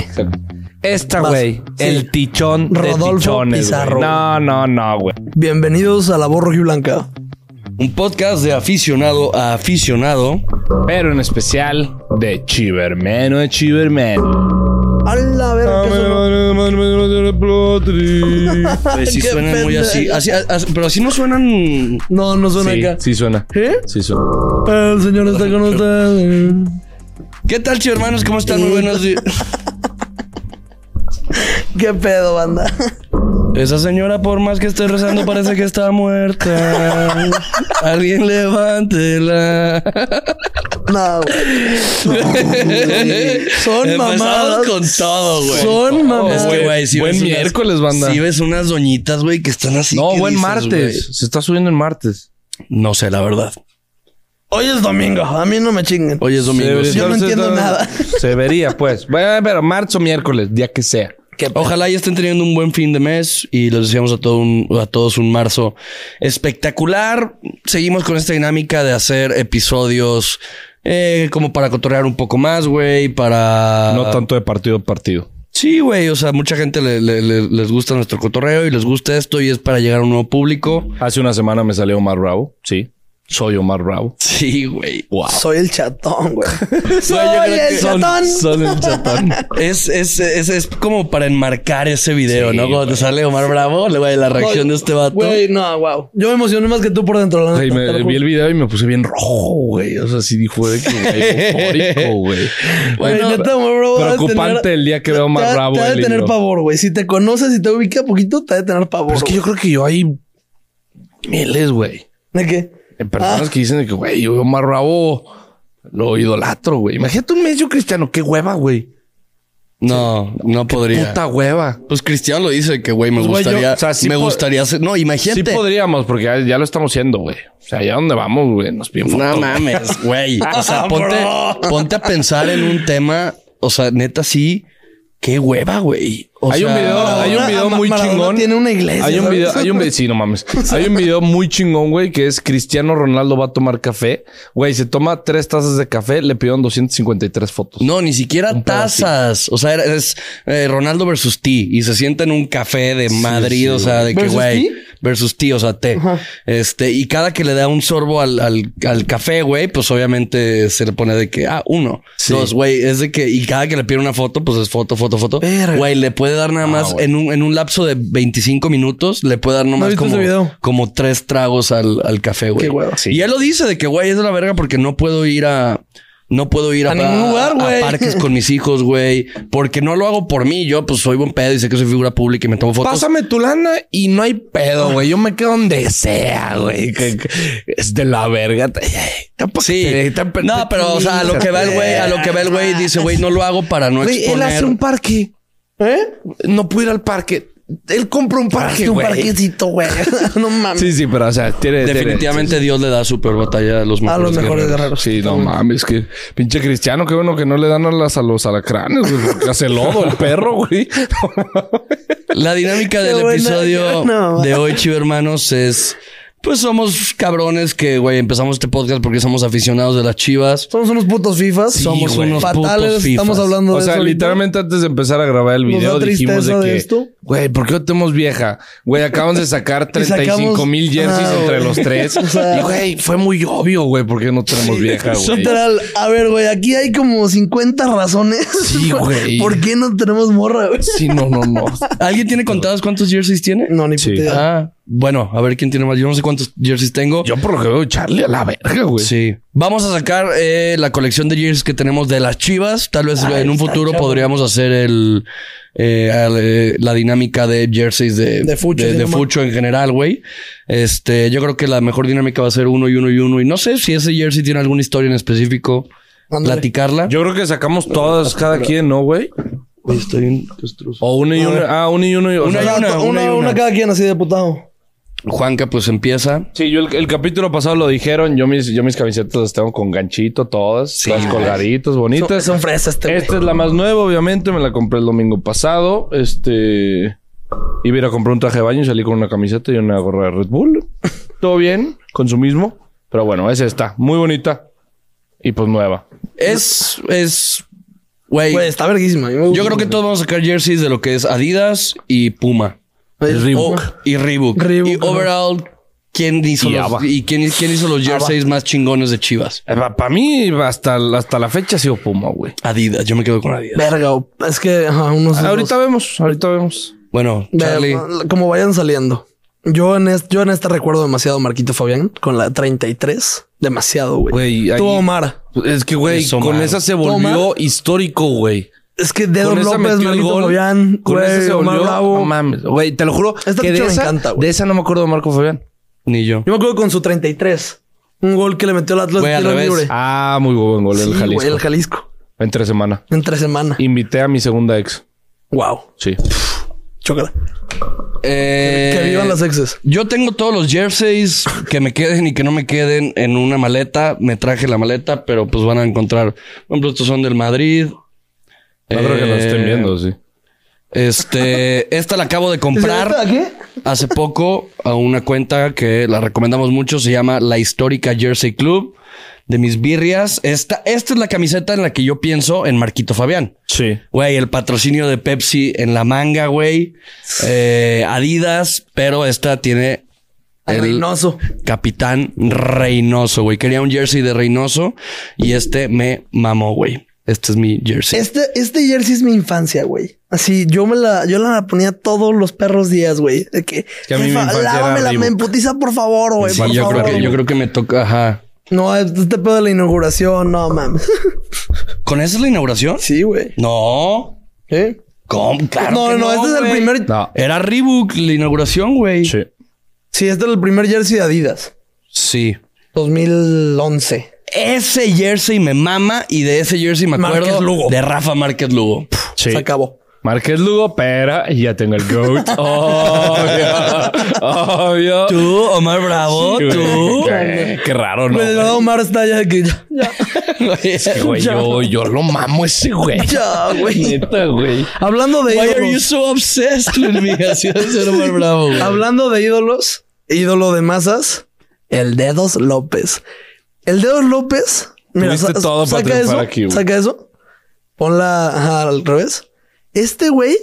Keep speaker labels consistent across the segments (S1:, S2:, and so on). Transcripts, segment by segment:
S1: Exacto.
S2: Esta,
S3: Vas-
S2: güey,
S3: sí.
S2: el tichón de
S3: Rodolfo
S2: tichones. güey.
S3: Pizarro.
S2: No, no, no, güey.
S3: Bienvenidos a la voz blanca.
S1: Un podcast de aficionado a aficionado.
S2: Pero en especial de Chivermeno de Chivermeno.
S3: A la
S2: Ah,
S3: verga, que sonó.
S1: Pues sí
S3: Qué
S1: suenan muy
S3: pendejo.
S1: así. así- as- pero así no suenan.
S3: No, no suena
S2: Sí,
S3: acá.
S2: sí suena.
S3: ¿Eh?
S2: Sí suena.
S3: El señor está con ustedes.
S1: ¿Qué tal, chicos hermanos? ¿Cómo están? Muy buenos días.
S3: ¿Qué pedo, banda?
S1: Esa señora, por más que esté rezando, parece que está muerta. Alguien levántela.
S3: No, güey. Sí. Son
S1: Empezamos
S3: mamadas.
S1: con todo, güey.
S3: Son
S1: Es
S3: mamadas.
S1: que, güey, si
S2: Buen
S1: ves unas-
S2: miércoles, banda.
S1: Si ves unas doñitas, güey, que están así.
S2: no,
S1: ¿qué
S2: buen
S1: dices,
S2: martes.
S1: güey?
S2: Se está subiendo en martes.
S1: No sé, la verdad.
S3: Hoy es domingo. A mí no me chinguen.
S1: Hoy es domingo.
S2: Se-
S1: sí.
S3: Yo no entiendo nada.
S2: Se vería, pues. Bueno, pero marzo, miércoles, día que sea.
S1: Ojalá ya estén teniendo un buen fin de mes y les deseamos a, todo un- a todos un marzo espectacular. Seguimos con esta dinámica de hacer episodios eh, como para cotorrear un poco más, güey,
S3: Ah.
S1: para...
S2: No tanto de partido a partido.
S1: Sí, güey, o sea, mucha gente le- le- le- les gusta nuestro cotorreo y les gusta esto y es para llegar a un nuevo público.
S2: Hace una semana me salió Omar Bravo. Sí, soy Omar Bravo.
S1: Sí, güey. Wow.
S3: Soy el chatón, güey.
S1: yo
S3: Soy
S1: creo
S3: el
S1: que son-
S3: chatón.
S2: Son el chatón.
S1: Es, es, es, es como para enmarcar ese video,
S2: Sí,
S1: ¿no? Cuando te sale Omar Bravo, le güey, la reacción de este vato.
S3: Güey, no, wow. Yo me emocioné más que tú por dentro. la
S2: Güey,
S3: neta,
S2: me-
S3: te lo juro.
S2: vi el video y me puse bien rojo, güey. O sea, sí dijo de que güey, eufórico, güey.
S3: Güey,
S1: Bueno,
S3: neta, güey, bro, va a
S2: Preocupante
S3: tener-
S2: el día que veo más
S3: te va-
S2: bravo
S3: Te ha de
S2: el
S3: tener
S2: hilo.
S3: pavor, güey. Si te conoces y te ubica poquito, te ha de tener pavor.
S2: Pero es que yo creo que yo hay miles, güey.
S3: güey. ¿De qué?
S2: de
S3: Ah.
S2: personas que dicen de que, güey, yo Omar Bravo lo idolatro, güey. Imagínate un medio cristiano, qué hueva, güey.
S1: no, no podría.
S2: Puta hueva.
S1: Pues Cristiano lo dice que, güey, me
S2: Pues, güey, yo-
S1: gustaría.
S2: o sea, sí
S1: me
S2: po-
S1: gustaría hacer. No,
S2: Sí
S1: imagínate.
S2: podríamos, porque ya, ya lo estamos haciendo, güey. O sea, allá donde vamos, güey, nos piden foto.
S1: no mames, güey. O sea, ponte, ponte a pensar en un tema. O sea, neta, sí. Qué hueva, güey. O
S2: hay,
S1: sea,
S2: un video, hay un
S3: Maradona-
S2: video muy
S3: Maradona
S2: chingón.
S3: tiene una iglesia,
S2: Hay un
S3: ¿sabes?
S2: video, hay un video, sí, no mames. Hay un video muy chingón, güey, que es Cristiano Ronaldo va a tomar café. Güey, se toma tres tazas de café, le pidieron 253 fotos.
S1: No, ni siquiera tazas. O sea, era- es eh, Ronaldo versus ti. Y se sienta en un café de Madrid. o sea, de que,
S3: ¿Versus
S1: güey.
S3: ti?
S1: Versus ti, o sea, té. Este, y cada que le da un sorbo al, al, al café, güey, pues obviamente se le pone de que, ah, uno, dos, güey. Es de que, y cada que le pide una foto, pues es foto, foto, foto.
S3: Verga.
S1: Güey, le puede dar nada más en un, en un lapso de 25 minutos, le puede dar nomás
S3: viste
S1: como,
S3: ese video?
S1: como tres tragos al, al café, güey.
S3: Qué hueva.
S1: Y él lo dice de que, güey, es de la verga porque no puedo ir a. No puedo ir a,
S3: A ningún lugar, güey.
S1: a parques con mis hijos, güey. Porque no lo hago por mí. Yo, pues, soy buen pedo y sé que soy figura pública y me tomo fotos.
S2: Pásame tu lana y no hay pedo, güey. Yo me quedo donde sea, güey. Que- que- Es de la verga. Tampoco
S1: Sí.
S2: te- tampoco-
S1: No, pero, o sea, a lo que va el güey, a lo que va el güey, dice, güey, no lo hago para no
S2: Güey, él hace
S1: exponer.
S2: un parque.
S3: ¿Eh?
S2: No puedo ir al parque. Él compra un parque,
S3: un
S2: güey.
S3: parquecito, güey. no mames.
S2: Sí, sí, pero, o sea, tiene... tiene-
S1: Definitivamente Dios le da super batalla a los
S3: a
S1: mejores.
S3: los mejores
S1: guerreros.
S3: guerreros.
S2: Sí, no mames, que pinche cristiano, qué bueno que no le dan alas a los alacranes, güey, porque hace lodo el perro, güey.
S1: La dinámica del
S3: Qué buena,
S1: episodio
S3: qué buena.
S1: de hoy, Chivo Hermanos, es... Pues somos cabrones que, güey, empezamos este podcast porque somos aficionados de las chivas.
S3: Somos unos putos fifas.
S1: Somos
S3: güey.
S1: unos putos
S3: fatales. Estamos
S1: fifas.
S3: hablando de
S2: O sea,
S3: eso ahorita.
S2: literalmente antes de empezar a grabar el
S3: Nos da
S2: video dijimos
S3: tristeza
S2: de
S3: de
S2: que,
S3: esto.
S2: güey, ¿por qué no tenemos vieja? Güey, acabamos de sacar
S3: Y sacamos-
S2: 35 mil jerseys
S3: Ah,
S2: entre
S3: güey.
S2: los tres.
S3: O sea-
S2: y güey, fue muy obvio, güey, ¿por qué no tenemos vieja, güey?
S3: Literal, a ver, güey, aquí hay como 50 razones.
S2: Sí, güey.
S3: ¿Por qué no tenemos morra, güey?
S2: Sí, no, no, no.
S1: ¿Alguien tiene contadas cuántos jerseys tiene?
S3: No, ni
S2: Sí.
S3: puta idea.
S1: Ah, bueno, a ver quién tiene más. Yo no sé cuántos jerseys tengo.
S2: Yo por lo que veo, Charlie a la verga, güey.
S1: Sí. Vamos a sacar eh, la colección de jerseys que tenemos de las chivas. Tal vez en un futuro podríamos hacer el eh, al, eh, la dinámica de jerseys de,
S3: De fucho,
S1: de,
S3: sí,
S1: de
S3: nomás.
S1: fucho en general, güey. Este, yo creo que la mejor dinámica va a ser uno y uno y uno. Y no sé si ese jersey tiene alguna historia en específico.
S3: Ándale.
S1: Platicarla.
S2: Yo creo que sacamos todas, cada quien, ¿no, güey?
S1: Oye, estoy bien castroso.
S2: O uno y uno. Ah, uno y uno. y- o
S1: Una
S2: sea,
S1: y
S3: Ah,
S1: una,
S3: to-
S1: una y una.
S3: cada quien así de putado.
S1: Juanca, pues empieza.
S2: Sí, yo el, el capítulo pasado lo dijeron. Yo mis, yo mis camisetas las tengo con ganchito, todas, todas colgaditas, bonitas.
S3: Son fresas este, güey.
S2: Esta es la más nueva, obviamente. Me la compré el domingo pasado. Este. Iba a ir a comprar un traje de baño y salí con una camiseta y una gorra de Red Bull. Todo bien, con su mismo. Pero bueno, es esta. Muy bonita. Y pues nueva.
S1: Es, es Güey,
S3: Güey, está verguísima. a mí me gusta.
S1: yo creo que todos vamos a sacar jerseys de lo que es Adidas y Puma.
S3: Güey,
S1: O- y Reebok.
S3: Pues, Reebok,
S1: y
S3: ajá.
S1: overall, ¿quién hizo,
S2: Y
S1: los,
S2: Abba.
S1: y quién, quién hizo los jerseys más chingones de Chivas?
S2: Para Eh, mí, hasta, hasta la fecha ha sido Puma, güey.
S1: Adidas, yo me quedo con Adidas.
S3: Verga, o- es que ajá, unos.
S2: Ahorita vemos, ahorita vemos.
S1: Bueno,
S3: unos-
S1: Charlie,
S3: Ve- como vayan saliendo. Yo en, este, yo en este recuerdo demasiado a Marquito Fabián con la 33. Demasiado, güey.
S2: Güey, ahí-
S3: Tuvo Omar.
S2: Es que, güey,
S1: Eso,
S2: con
S1: mano.
S2: esa se volvió
S3: Toma.
S2: histórico, güey.
S3: Es que Dedo
S2: Con esa
S3: López,
S2: metió el
S3: Marquito
S2: gol.
S3: Fabián,
S2: con esa
S3: güey,
S2: se
S3: Omar
S2: volvió. No
S3: Bravo.
S2: mames, güey, te lo juro.
S3: Esta
S2: que
S3: ficha
S2: de
S3: me
S2: esa,
S3: encanta, güey.
S2: de esa no me acuerdo de Marco Fabián.
S1: ni yo.
S3: Yo me acuerdo con su 33. Un gol que le metió el Atlas
S1: Güey,
S3: de
S1: al
S3: tiro
S1: revés.
S3: libre.
S2: Ah, muy buen gol
S3: Sí,
S2: el
S3: güey,
S2: Jalisco.
S3: el Jalisco.
S2: Entre semana.
S3: Entre semana.
S2: Invité a mi segunda ex.
S3: Wow.
S2: Sí.
S3: Chócala.
S1: Eh,
S3: que vivan las exes.
S1: Yo tengo todos los jerseys que me queden y que no me queden en una maleta. Me traje la maleta, pero pues van a encontrar. Por ejemplo, estos son del Madrid.
S2: No creo que nos
S1: Eh,
S2: estén viendo, sí.
S1: Este, esta la acabo de
S3: ¿Esta
S1: comprar
S3: de aquí?
S1: hace poco a una cuenta que la recomendamos mucho. Se llama La Histórica Jersey Club de mis birrias. Esta, esta es la camiseta en la que yo pienso en Marquito Fabián.
S2: Sí.
S1: Güey, el patrocinio de Pepsi en la manga, güey. Eh, Adidas, pero esta tiene
S3: Al
S1: el
S3: Reynoso.
S1: capitán Reynoso, güey. Quería un jersey de Reynoso y este me mamó, güey. Este es mi jersey.
S3: Este, este jersey es mi infancia, güey. Así, yo me la, yo la ponía todos los perros días, güey. De que,
S2: que a mí mi
S3: "Jefa,
S2: infancia era
S3: lávamela,
S2: Reebok".
S3: me emputiza, por favor, güey.
S1: Sí,
S3: por
S1: yo
S3: favor.
S1: creo, que, yo creo que me toca. Ajá.
S3: No, este pedo de la inauguración, no mames.
S1: ¿Con esa es la inauguración?
S3: sí, güey.
S1: No.
S3: ¿Eh?
S1: ¿Cómo? Claro.
S3: No,
S1: que
S3: no, este es el
S1: güey.
S3: primer.
S2: No.
S1: Era Reebok la inauguración, güey.
S2: Sí.
S3: Sí, este es el primer jersey de Adidas.
S1: Sí.
S3: 2011.
S1: Ese jersey me mama y de ese jersey me acuerdo
S3: Márquez Lugo.
S1: de Rafa Márquez Lugo.
S2: Sí.
S3: Se acabó.
S2: Márquez Lugo, pero ya tengo el GOAT. obvio. Obvio.
S1: Tú, Omar Bravo,
S2: Güey,
S1: tú.
S2: Qué, qué raro, ¿no?
S3: Güey,
S2: güey?
S3: no, Omar está ya que ya, ya,
S2: Sí, güey, yo, yo lo mamo ese güey.
S3: ya, güey.
S2: Neta, güey.
S3: Hablando de
S1: Why are you
S3: ídolos,
S1: so obsessed with me? Así de ser Omar Bravo, güey.
S3: hablando de ídolos, ídolo de masas, el Dedos López. El Dedos López, mira,
S2: Tuviste
S3: sa-
S2: todo para
S3: saca
S2: triunfar
S3: eso,
S2: aquí, güey.
S3: saca eso, ponla ajá, al revés. Este güey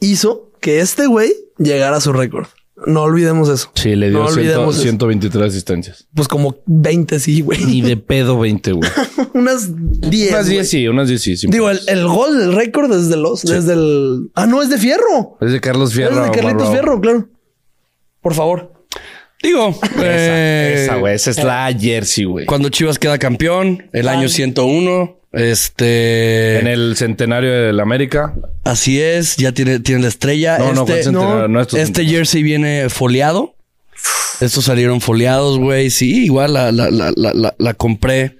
S3: hizo que este güey llegara a su récord. No olvidemos eso.
S2: Sí, le dio
S3: No
S2: 100
S3: olvidemos eso.
S2: 123 asistencias.
S3: Pues como 20, sí, güey.
S2: Y de pedo 20, güey.
S3: Unas 10.
S2: unas 10
S3: güey.
S2: sí, unas 10 sí. sin
S3: Digo, el,
S2: pedos.
S3: el gol, el récord desde los, desde el. Ah, no, es de fierro.
S2: Es de Carlos Fierro.
S3: Es de
S2: Omar
S3: Carlitos
S2: Bravo.
S3: Fierro, claro. Por favor.
S1: Digo,
S2: Esa,
S1: eh,
S2: esa, güey. Esa es la jersey, güey.
S1: cuando Chivas queda campeón, el año 101, este,
S2: En el centenario del América.
S1: así es, ya tiene, tiene la estrella.
S2: No, no, ¿cuál
S1: este,
S2: centenario? No, estos
S1: este jersey viene foliado. Estos salieron foliados, güey. Sí, igual la, la, la, la, la- la compré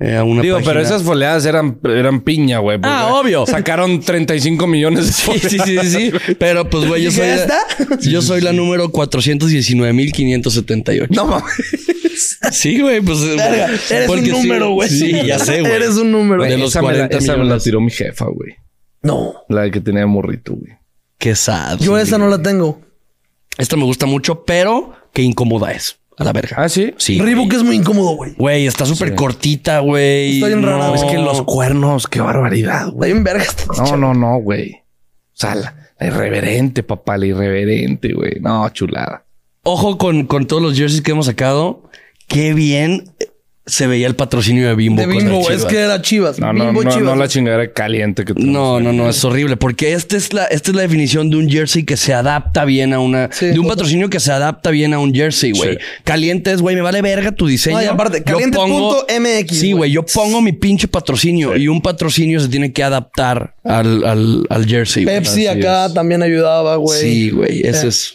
S1: eh, a una
S2: Digo, pero
S1: página.
S2: esas foleadas eran, eran piña, güey. porque
S1: Ah, obvio.
S2: Sacaron 35 millones de
S1: Sí, sí, sí, sí, sí. Pero pues, güey, yo soy,
S3: ¿Ya
S1: la- yo soy la número 419.578.
S2: No mames.
S1: Sí, güey, pues.
S3: Eres
S1: porque
S3: un
S1: sí-
S3: número, güey.
S1: Sí, ya sé, güey.
S3: Eres un número.
S1: Güey. De los
S2: esa me la-
S1: 40
S2: esa me la
S1: millones.
S2: tiró mi jefa, güey.
S3: No.
S2: La que tenía morrito, güey.
S1: Qué sad.
S3: Yo esa no la tengo.
S1: Esta me gusta mucho, pero qué incómoda es. A la verga.
S2: Ah, sí.
S1: Sí.
S3: Reebok es muy incómodo, güey.
S1: Güey, está súper cortita, güey.
S3: Está bien rara,
S2: Es que los cuernos, qué barbaridad,
S3: Está
S2: güey.
S3: bien verga este esta
S2: No, no, no, güey. O sea, la, la irreverente, papá, la irreverente, güey. No, chulada.
S1: Ojo con, con todos los jerseys que hemos sacado. Qué bien eh, se veía el patrocinio de Bimbo.
S3: De
S1: con
S3: Bimbo,
S1: las
S3: güey. Es
S1: Chivas.
S3: que era Chivas.
S2: No, no,
S3: Bimbo
S2: no,
S3: Chivas.
S2: no la chingadera caliente que tenemos.
S1: No, no, no, es horrible. Porque esta es la, esta es la definición de un jersey que se adapta bien a una.
S3: Sí.
S1: de un patrocinio que se adapta bien a un jersey, güey.
S2: Sí.
S1: Caliente es, güey, me vale verga tu diseño.
S3: No, y aparte,
S1: Yo
S3: caliente
S1: pongo-
S3: punto MX,
S1: Sí,
S3: güey.
S1: güey. Yo pongo mi pinche patrocinio y un patrocinio se tiene que adaptar al, al, al jersey. güey.
S3: Pepsi
S2: Así
S3: acá
S2: es.
S3: también ayudaba, güey.
S1: Sí, güey. Ese
S3: Eh.
S1: es.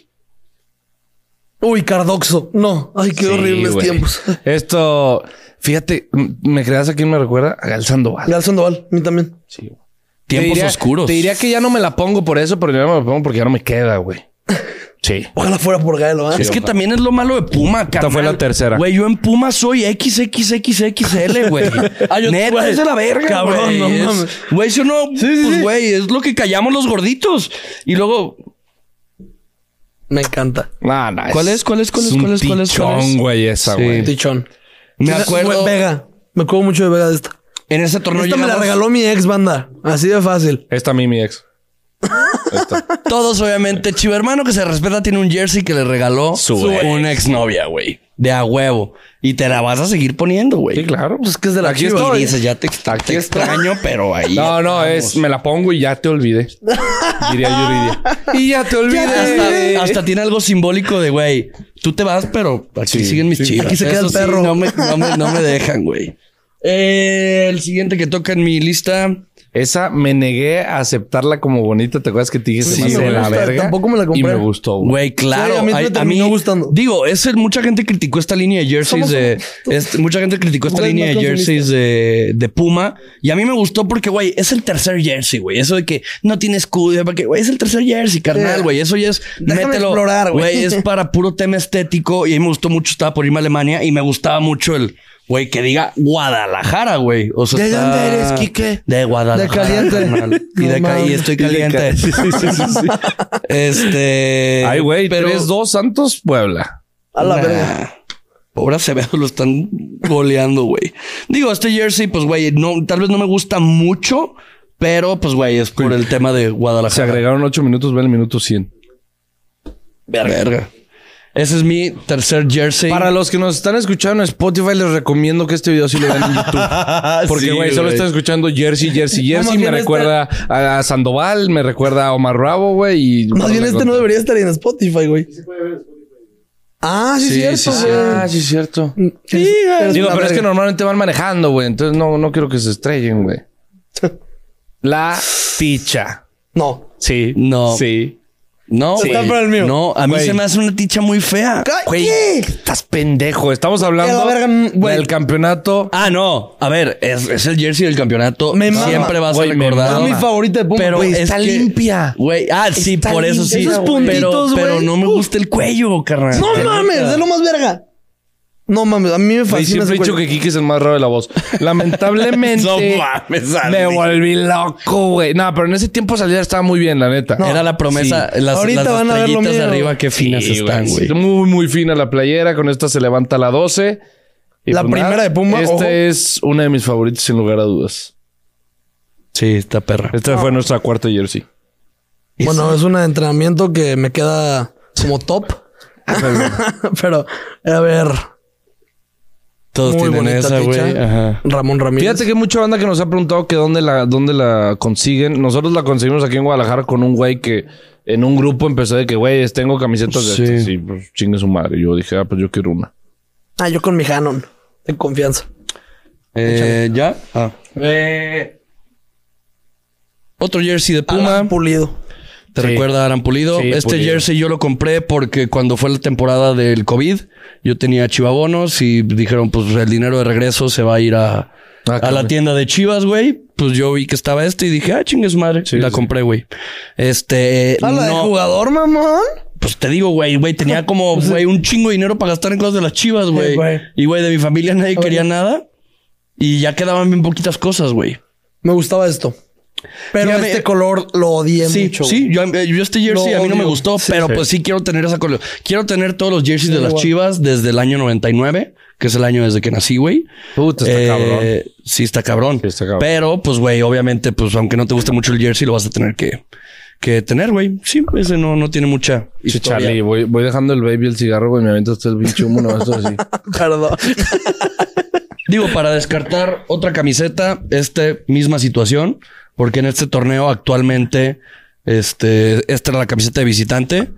S3: Uy, Cardoxo. No. Ay, qué
S2: Sí,
S3: horribles
S2: güey.
S3: tiempos.
S2: Esto, fíjate, m- me creas a quién me recuerda a Gal Sandoval.
S3: Gal Sandoval, a mí también.
S2: Sí, güey.
S1: Tiempos
S2: Te diría-
S1: oscuros.
S2: Te diría que ya no me la pongo por eso, pero ya no me la pongo porque ya no me queda, güey. Sí.
S3: Ojalá fuera por Gaelo, ¿eh?
S1: Es que también es lo malo de Puma, carnal.
S2: fue la tercera.
S1: Güey, yo en Puma soy XXXXL, güey.
S3: Ah, yo-
S1: Neta,
S3: güey.
S1: es de la verga,
S3: Cabrón,
S1: güey.
S3: no
S1: Es-
S3: mames.
S1: Güey, si uno...
S3: sí.
S1: pues, güey, es lo que callamos los gorditos. Y luego...
S3: Me encanta.
S2: No, no,
S1: ¿Cuál es? ¿Cuál es? ¿Cuál es?
S2: un
S1: ¿Cuál es? ¿Cuál es? ¿Cuál
S2: tichón,
S1: es?
S2: güey, esa,
S1: Sí.
S2: güey.
S3: Tichón.
S1: Me
S3: Esa-
S1: acuerdo...
S3: güey, Vega. Me acuerdo mucho de Vega de esta.
S1: En ese torneo
S3: Esta me la
S1: llegamos-
S3: regaló mi ex banda. Así de fácil.
S2: Esta a mí, mi ex. Esta.
S1: Todos, obviamente. Chivo hermano que se respeta tiene un jersey que le regaló
S2: Su
S1: una exnovia, güey. De a huevo. Y te la vas a seguir poniendo, güey.
S2: Sí, claro.
S3: Pues que es de la
S2: Aquí
S3: Chiva.
S2: estoy.
S1: Y dices, ya te, te extraño, pero ahí.
S2: No, no, es me la pongo y ya te olvidé. Diría Yuridia. Y ya te olvidé.
S1: Hasta, hasta tiene algo simbólico de, güey, tú te vas, pero aquí
S2: Sí,
S1: siguen mis
S2: sí.
S1: chivas.
S3: Aquí se queda el
S1: Eso sí,
S3: perro.
S1: no, me, no me- no me dejan, güey. Eh, el siguiente que toca en mi lista.
S2: Esa me negué a aceptarla como bonita. ¿Te acuerdas que te dije?
S3: Sí,
S2: Se me hace
S3: me
S2: la
S3: gusta.
S2: verga?
S3: Tampoco me la compré.
S2: Y me gustó, güey.
S1: Güey, claro.
S3: Sí, a mí me
S1: ay,
S3: terminó gustando.
S1: Digo, es el- mucha gente criticó esta línea de jerseys
S3: Somos-
S1: de. es- mucha gente criticó esta
S3: Güey,
S1: línea de
S3: más
S1: jerseys de, de Puma. Y a mí me gustó porque, güey, es el tercer jersey, güey. Eso de que no tiene escudo, porque, güey, es el tercer jersey, carnal,
S3: Sí.
S1: güey. Eso ya es.
S3: Eh, Déjame
S1: mételo.
S3: explorar, güey.
S1: Es para puro tema estético. Y a mí me gustó mucho. Estaba por irme a Alemania y me gustaba mucho el. Güey, que diga Guadalajara, güey. O sea,
S3: ¿De
S1: está-
S3: dónde eres, Quique?
S1: De Guadalajara.
S3: caliente.
S1: carnal. Y de
S3: No
S1: acá, y
S3: mames.
S1: estoy
S2: Y de ca-
S1: caliente.
S2: Sí, sí, sí, sí, sí.
S1: Este.
S2: Ay, güey,
S1: pero-
S2: pero es dos Santos Puebla.
S3: A la
S1: Nah.
S3: verga.
S1: Pobre Acevedo lo están goleando, güey. Digo, este jersey, pues, güey, no, tal vez no me gusta mucho, pero, pues, güey, es por el tema de
S2: Se
S1: Guadalajara.
S2: agregaron ocho minutos, ve el minuto 100.
S1: Verga. Ese es mi tercer jersey.
S2: Para los que nos están escuchando en Spotify, les recomiendo que este video sí lo vean en YouTube. Porque,
S1: Ah, Sí,
S2: güey, solo
S1: güey.
S2: están escuchando Jersey, Jersey, Jersey.
S3: más
S2: Me
S3: bien este-
S2: recuerda a Sandoval, me recuerda a Omar Bravo, güey. y-
S3: Más bien este no debería estar en Spotify, güey. Ah, sí,
S2: Sí,
S3: es
S2: sí,
S3: cierto,
S2: sí. Ah,
S3: güey.
S2: sí, es cierto.
S3: Sí, eres
S2: Digo,
S3: una
S2: pero es que
S3: verga.
S2: normalmente van manejando, güey. Entonces no, no quiero que se estrellen, güey. La ticha.
S3: No.
S2: Sí.
S1: No.
S2: Sí.
S1: No,
S3: Se
S1: güey.
S3: tapa el mío.
S1: No, a mí
S2: Güey.
S1: se me hace una ticha muy fea.
S2: Güey, estás pendejo. Estamos hablando
S3: la verga, mm, güey.
S2: del campeonato.
S1: Ah, no. A ver, es, es el jersey del campeonato.
S3: Me mama.
S1: Siempre vas
S2: Güey,
S1: a
S2: me
S3: Es
S1: recordar.
S2: mama.
S3: mi favorita de Puma.
S1: Pero
S3: güey.
S1: es
S2: está
S1: que-
S2: limpia.
S1: Güey, ah, sí,
S2: Está
S1: por eso
S2: limpia.
S1: sí.
S3: Esos
S1: pero,
S3: puntitos,
S1: pero
S3: güey.
S1: no me
S3: Uf.
S1: gusta el cuello, carnal.
S3: No
S1: Neta.
S3: mames, es lo más verga. No mames, a mí me
S2: Güey,
S3: fascina.
S2: siempre he
S3: ese
S2: dicho
S3: cuello.
S2: que Kike es el más raro de la voz. Lamentablemente.
S1: No mames, Andy.
S2: me volví loco, güey. No, pero en ese tiempo salida estaba muy bien, la neta.
S1: Era la promesa. Las,
S3: Ahorita
S1: las
S3: van a ver lo
S1: estrellitas de
S3: mío.
S1: arriba, qué finas están, güey.
S2: Muy, muy fina la playera. Con esta se levanta la 12. Y pues
S3: La
S2: nada,
S3: primera de Puma,
S2: Esta
S3: ojo.
S2: es una de mis favoritas, sin lugar a dudas.
S1: Sí, está perra.
S2: Esta fue nuestra cuarta jersey.
S3: Bueno, es un entrenamiento que me queda como top. Ah, pero, a ver.
S1: Todos
S3: Muy
S1: tienen
S3: bonita
S1: esa, güey.
S3: ticha.
S1: Ajá.
S3: Ramón Ramírez.
S2: Fíjate que hay mucha banda que nos ha preguntado que dónde la, dónde la consiguen. Nosotros la conseguimos aquí en Guadalajara con un güey que en un grupo empezó de que, güey, tengo camisetas de
S1: Sí.
S2: estas. Y pues chingue su madre. Yo dije, ah, pues yo quiero una.
S3: Ah, yo con mi Hanon. En confianza.
S1: Eh, ¿Ya? Ah. Eh, Otro jersey de Puma.
S3: Alan Pulido.
S1: Te
S2: Sí.
S1: recuerda a Aran Pulido.
S2: Sí,
S1: este
S2: Pulido.
S1: jersey yo lo compré porque cuando fue la temporada del COVID, yo tenía chivabonos y dijeron, pues el dinero de regreso se va a ir a,
S2: Ah,
S1: a la
S2: cabrón.
S1: tienda de chivas, güey. Pues yo vi que estaba este y dije, ah, chingues madre.
S2: Sí,
S1: la
S2: sí.
S1: compré, güey. Este.
S3: Ah, la de
S1: no-
S3: jugador, mamón.
S1: Pues te digo, güey, güey, tenía como, güey, un chingo de dinero para gastar en cosas de las chivas, güey.
S3: Eh, güey.
S1: y, güey, de mi familia nadie
S3: Oye.
S1: quería nada. Y ya quedaban bien poquitas cosas, güey.
S3: Me gustaba esto. Pero
S1: Fíjame-
S3: este color lo odié
S1: Sí,
S3: mucho.
S1: sí. Yo, eh, yo este jersey
S3: Lo
S1: a mí no me
S3: odio.
S1: gustó,
S3: Sí,
S1: pero
S2: sí.
S1: pues sí quiero tener esa colección. Quiero tener todos los jerseys de las
S3: igual.
S1: chivas desde el año 99, que es el año desde que nací, güey. Eh,
S2: Puta, está cabrón.
S1: Sí, está cabrón.
S2: Sí, está cabrón.
S1: Pero, pues, güey, obviamente, pues, aunque no te guste mucho el jersey, lo vas a tener que, que tener, güey. Sí, ese no, no tiene mucha
S2: Sí,
S1: historia.
S2: Charlie, voy, voy dejando el baby el cigarro, güey. Me avientas todo el pinche humo, no, esto así.
S3: Perdón.
S1: Digo, para descartar otra camiseta, esta misma situación, porque en este torneo actualmente, este, esta era la camiseta de visitante.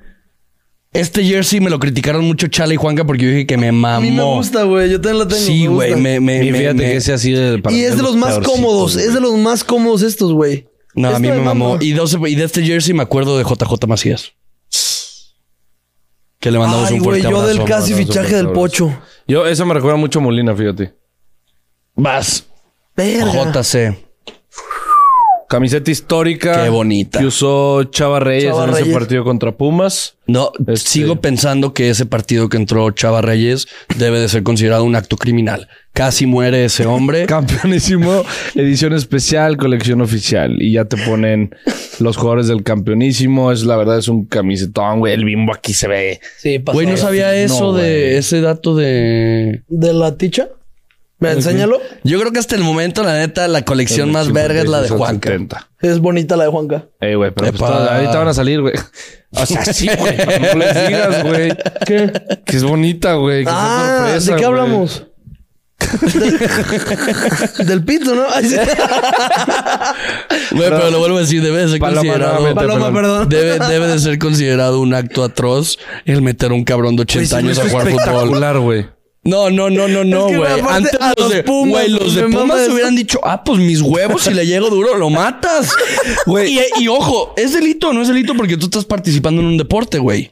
S1: Este jersey me lo criticaron mucho Chala y Juanca porque yo dije que me mamó.
S3: A mí me gusta, güey. Yo también la tengo.
S1: Sí, güey,
S3: gusta.
S1: me, me,
S2: y
S1: me-
S2: fíjate
S1: me-
S2: que ese ha sido el- para
S3: Y
S2: mí
S3: es de los más
S2: peorcito,
S3: cómodos.
S2: güey.
S3: Es de los más cómodos estos, güey.
S1: No, a
S3: Esto
S1: mí
S3: me
S1: me mamó.
S3: mamó.
S1: Y de, ese- y de este jersey me acuerdo de JJ Macías. Que le mandamos
S3: Ay,
S1: un
S3: güey,
S1: fuerte
S3: yo
S1: abrazo.
S3: del casi
S2: abrazo,
S3: fichaje del
S2: abrazo.
S3: pocho.
S2: Yo, eso me recuerda mucho a Molina, fíjate.
S1: Vas.
S3: Verga.
S1: JC.
S2: Camiseta histórica.
S1: Qué bonita.
S2: Que usó Chava Reyes
S3: Chava
S2: en ese
S3: Reyes.
S2: partido contra Pumas.
S1: No,
S2: Este-
S1: sigo pensando que ese partido que entró Chava Reyes debe de ser considerado un acto criminal. Casi muere ese hombre.
S2: Campeonísimo, edición especial, colección oficial. Y ya te ponen los jugadores del campeonísimo. Es la verdad, es un camisetón, güey. El bimbo aquí se ve.
S3: Sí, pasó.
S1: Güey, no sabía eso de
S2: güey.
S1: ese dato de.
S3: ¿De la ticha? Mira, enséñalo.
S1: Yo creo que hasta el momento, la neta, la colección más verga es la de Juanca.
S2: 70.
S3: Es bonita la de Juanca.
S2: Ey, güey, pero pues
S1: Epa.
S2: todas- ahorita van a salir, güey. O sea, sí, güey. pero No les digas, güey. ¿Qué? Que es bonita, güey. que es
S3: Ah,
S2: sorpresa,
S3: ¿de qué
S2: güey.
S3: hablamos? Del pito, ¿no? Ay, sí.
S1: Güey, pero lo vuelvo a decir, debe de ser
S2: Paloma,
S1: considerado.
S2: nuevamente,
S3: Paloma, perdón.
S1: Debe, debe de ser considerado un acto atroz el meter a un cabrón de 80
S2: Güey,
S1: años
S2: se
S1: a
S2: me hizo
S1: jugar fútbol.
S2: espectacular, güey.
S1: No, no, no, no, no,
S3: Es que,
S1: güey.
S3: güey, aparte,
S1: Antes
S3: a
S1: los
S3: los
S1: de
S3: Pumas,
S1: Pumas, los de
S3: me mama
S1: Pumas
S3: eso.
S1: hubieran dicho, ah, pues mis huevos, si le llego duro, lo matas. Güey. Y, y ojo, es delito o no es delito porque tú estás participando en un deporte, güey.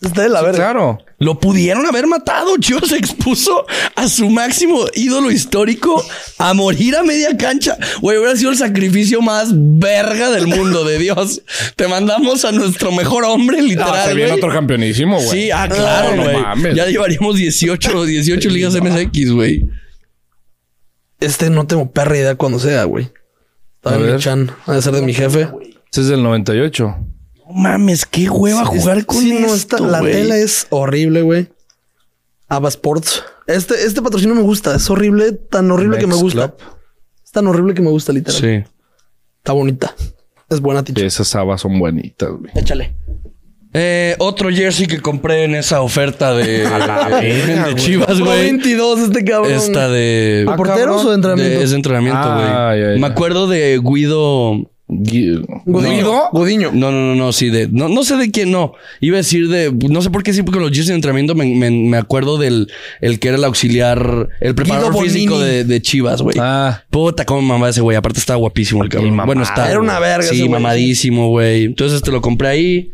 S3: Está de la verga.
S2: Claro.
S1: Lo pudieron haber matado. Chivas se expuso a su máximo ídolo histórico a morir a media cancha. Güey, hubiera sido el sacrificio más verga del mundo, de Dios. Te mandamos a nuestro mejor hombre,
S2: Ah,
S1: literal.
S2: se viene
S1: güey.
S2: otro campeonísimo, güey.
S1: Sí, ah,
S2: No,
S1: claro,
S2: no
S1: güey.
S2: mames.
S1: ya llevaríamos 18, 18 ligas MSX, güey.
S3: Este no tengo perra idea cuando sea, güey.
S2: A
S3: Está de
S2: ver.
S3: mi chan. Ha de ser de mi jefe.
S2: Este es del 98.
S1: No mames, qué hueva jugar con
S3: Sí, no,
S1: esto,
S3: esta- la
S1: güey.
S3: tela es horrible, güey. Ava Sports. Este, este patrocinio me gusta. Es horrible, tan horrible que me
S2: Next
S3: gusta.
S2: Club.
S3: Es tan horrible que me gusta, literal.
S1: Sí.
S3: Está bonita. Es buena, ticha.
S2: Sí, esas habas son bonitas, güey.
S3: Échale.
S1: Eh, otro jersey que compré en esa oferta de,
S2: verga,
S1: de
S2: güey.
S1: Chivas,
S3: Puro
S1: Pues, güey.
S3: 22 este cabrón.
S1: Esta de...
S3: ¿De porteros
S2: cabrón.
S3: o de entrenamiento?
S1: De- es de entrenamiento, güey.
S2: Ah, ya, ya.
S1: Me acuerdo de Guido.
S2: Gui-
S3: Gudiño. Gudiño.
S1: No, no, no, no, sí, de. No, no sé de quién, no. Iba a decir de. No sé por qué siempre con los jerseys de entrenamiento me, me- me acuerdo del el que era el auxiliar, el preparador
S3: Bonini.
S1: físico de, de Chivas, güey.
S2: Ah.
S1: Puta, cómo mamá ese güey. Aparte estaba guapísimo el cabrón.
S2: mamá.
S1: Bueno, está.
S3: Era una verga
S1: Sí,
S3: ese güey.
S1: mamadísimo, güey. Entonces te lo compré ahí.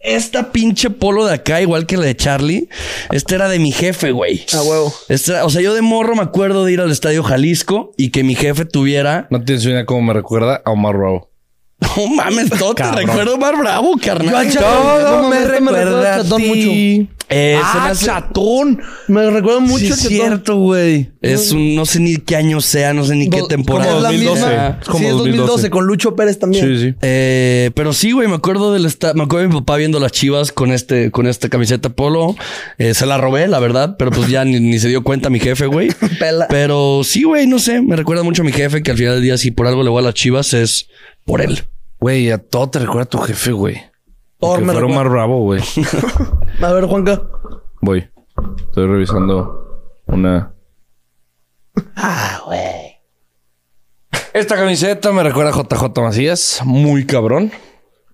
S1: Esta pinche polo de acá, igual que la de Charlie, esta era de mi jefe, güey.
S3: A Ah, huevo.
S1: Esta era- o sea, yo de morro me acuerdo de ir al estadio Jalisco y que mi jefe tuviera
S2: No tienes idea cómo me recuerda a Omar Rao.
S1: No mames, todo te recuerdo más bravo, carnal.
S3: Yo a Todo me recuerda a
S2: Chatón
S3: ti.
S2: mucho.
S1: Eh, se me
S2: ¡Ah,
S1: hace-
S2: chatón!
S3: Me recuerda mucho
S2: Sí,
S3: el
S2: es
S3: Chetón.
S2: cierto, güey.
S1: es un, no sé ni qué año sea, no sé ni qué
S3: Do-
S1: temporada.
S3: como
S2: Es la 2012.
S3: misma.
S2: Es como
S3: sí, es 2012.
S2: 2012.
S3: con Lucho Pérez también.
S2: Sí, sí.
S1: Eh, pero sí, güey, me acuerdo del esta- me acuerdo de mi papá viendo las chivas con este, con esta camiseta polo. Eh, se la robé, la verdad, pero pues ya ni, ni se dio cuenta mi jefe, güey.
S3: Pela.
S1: Pero sí, güey, no sé, me recuerda mucho a mi jefe que al final del día, si por algo le voy a las chivas, es por él.
S2: Güey, a todo te recuerda a tu jefe, güey.
S3: Todo
S2: Que
S3: Oh, me
S2: fuera
S3: recuerda.
S2: Omar Bravo, güey.
S3: A ver, Juanca.
S2: Voy. Estoy revisando una. Ah, güey. Esta camiseta me recuerda a JJ Macías. Muy cabrón.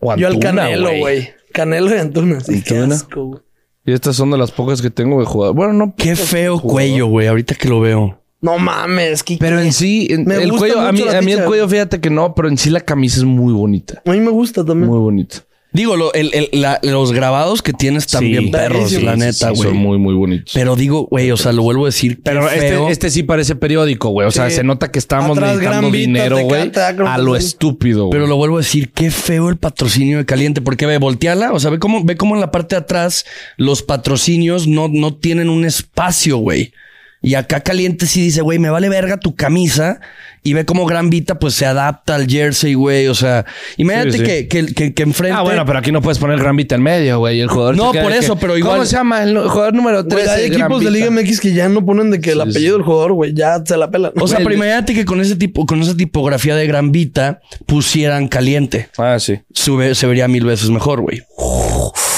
S2: O
S3: Yo al
S2: Antuna,
S3: Canelo, güey. Canelo y Antuna. Sí, qué
S2: Antuna.
S3: asco, güey.
S2: Y estas son de las pocas que tengo de jugar. Bueno, no.
S1: Qué feo cuello, güey, ahorita que lo veo.
S3: No mames, Kike.
S2: Pero en sí, en-
S3: Me
S2: el
S3: gusta
S2: cuello, a mí,
S3: mucho la
S2: a mí el
S3: ticha.
S2: cuello, fíjate que no, pero en sí la camisa es muy bonita.
S3: A mí me gusta también.
S2: Muy bonita.
S1: Digo, lo- el- el- la- los grabados que tienes también
S2: Sí,
S1: perros,
S2: sí,
S1: la
S2: sí,
S1: neta,
S2: sí,
S1: güey.
S2: Son muy, muy bonitos.
S1: Pero digo, güey, o sea, lo vuelvo a decir.
S2: Pero
S1: qué
S2: este,
S1: feo.
S2: este sí parece periódico, güey. O sea,
S3: Sí.
S2: se nota que estamos
S3: Atrás,
S2: necesitando
S3: Gran Vita,
S2: dinero, güey.
S3: Tecate, Akron,
S2: A lo
S3: sí.
S2: estúpido, güey. Ah,
S1: Pero lo vuelvo a decir, qué feo el patrocinio de caliente, porque ve, volteala, o sea, ve cómo, ve cómo en la parte de atrás los patrocinios no, no tienen un espacio, güey. Y acá caliente sí dice, güey, me vale verga tu camisa. Y ve cómo Gran Vita pues se adapta al jersey, güey. O sea, imagínate
S2: Sí, sí.
S1: Que, que, que, que enfrente.
S2: Ah, bueno, pero aquí no puedes poner Gran Vita en medio, güey. El jugador.
S1: No,
S2: se queda
S1: por
S2: de
S1: eso, pero igual-
S2: ¿Cómo se llama? El nu- jugador número 3.
S3: Güey, hay equipos de Liga MX que ya no ponen de que el apellido del jugador, güey, ya se la pelan.
S1: O sea,
S2: Güey,
S1: pero imagínate que con ese tipo, con esa tipografía de Gran Vita pusieran caliente.
S2: Ah, sí.
S1: Sube- se vería mil veces mejor, güey.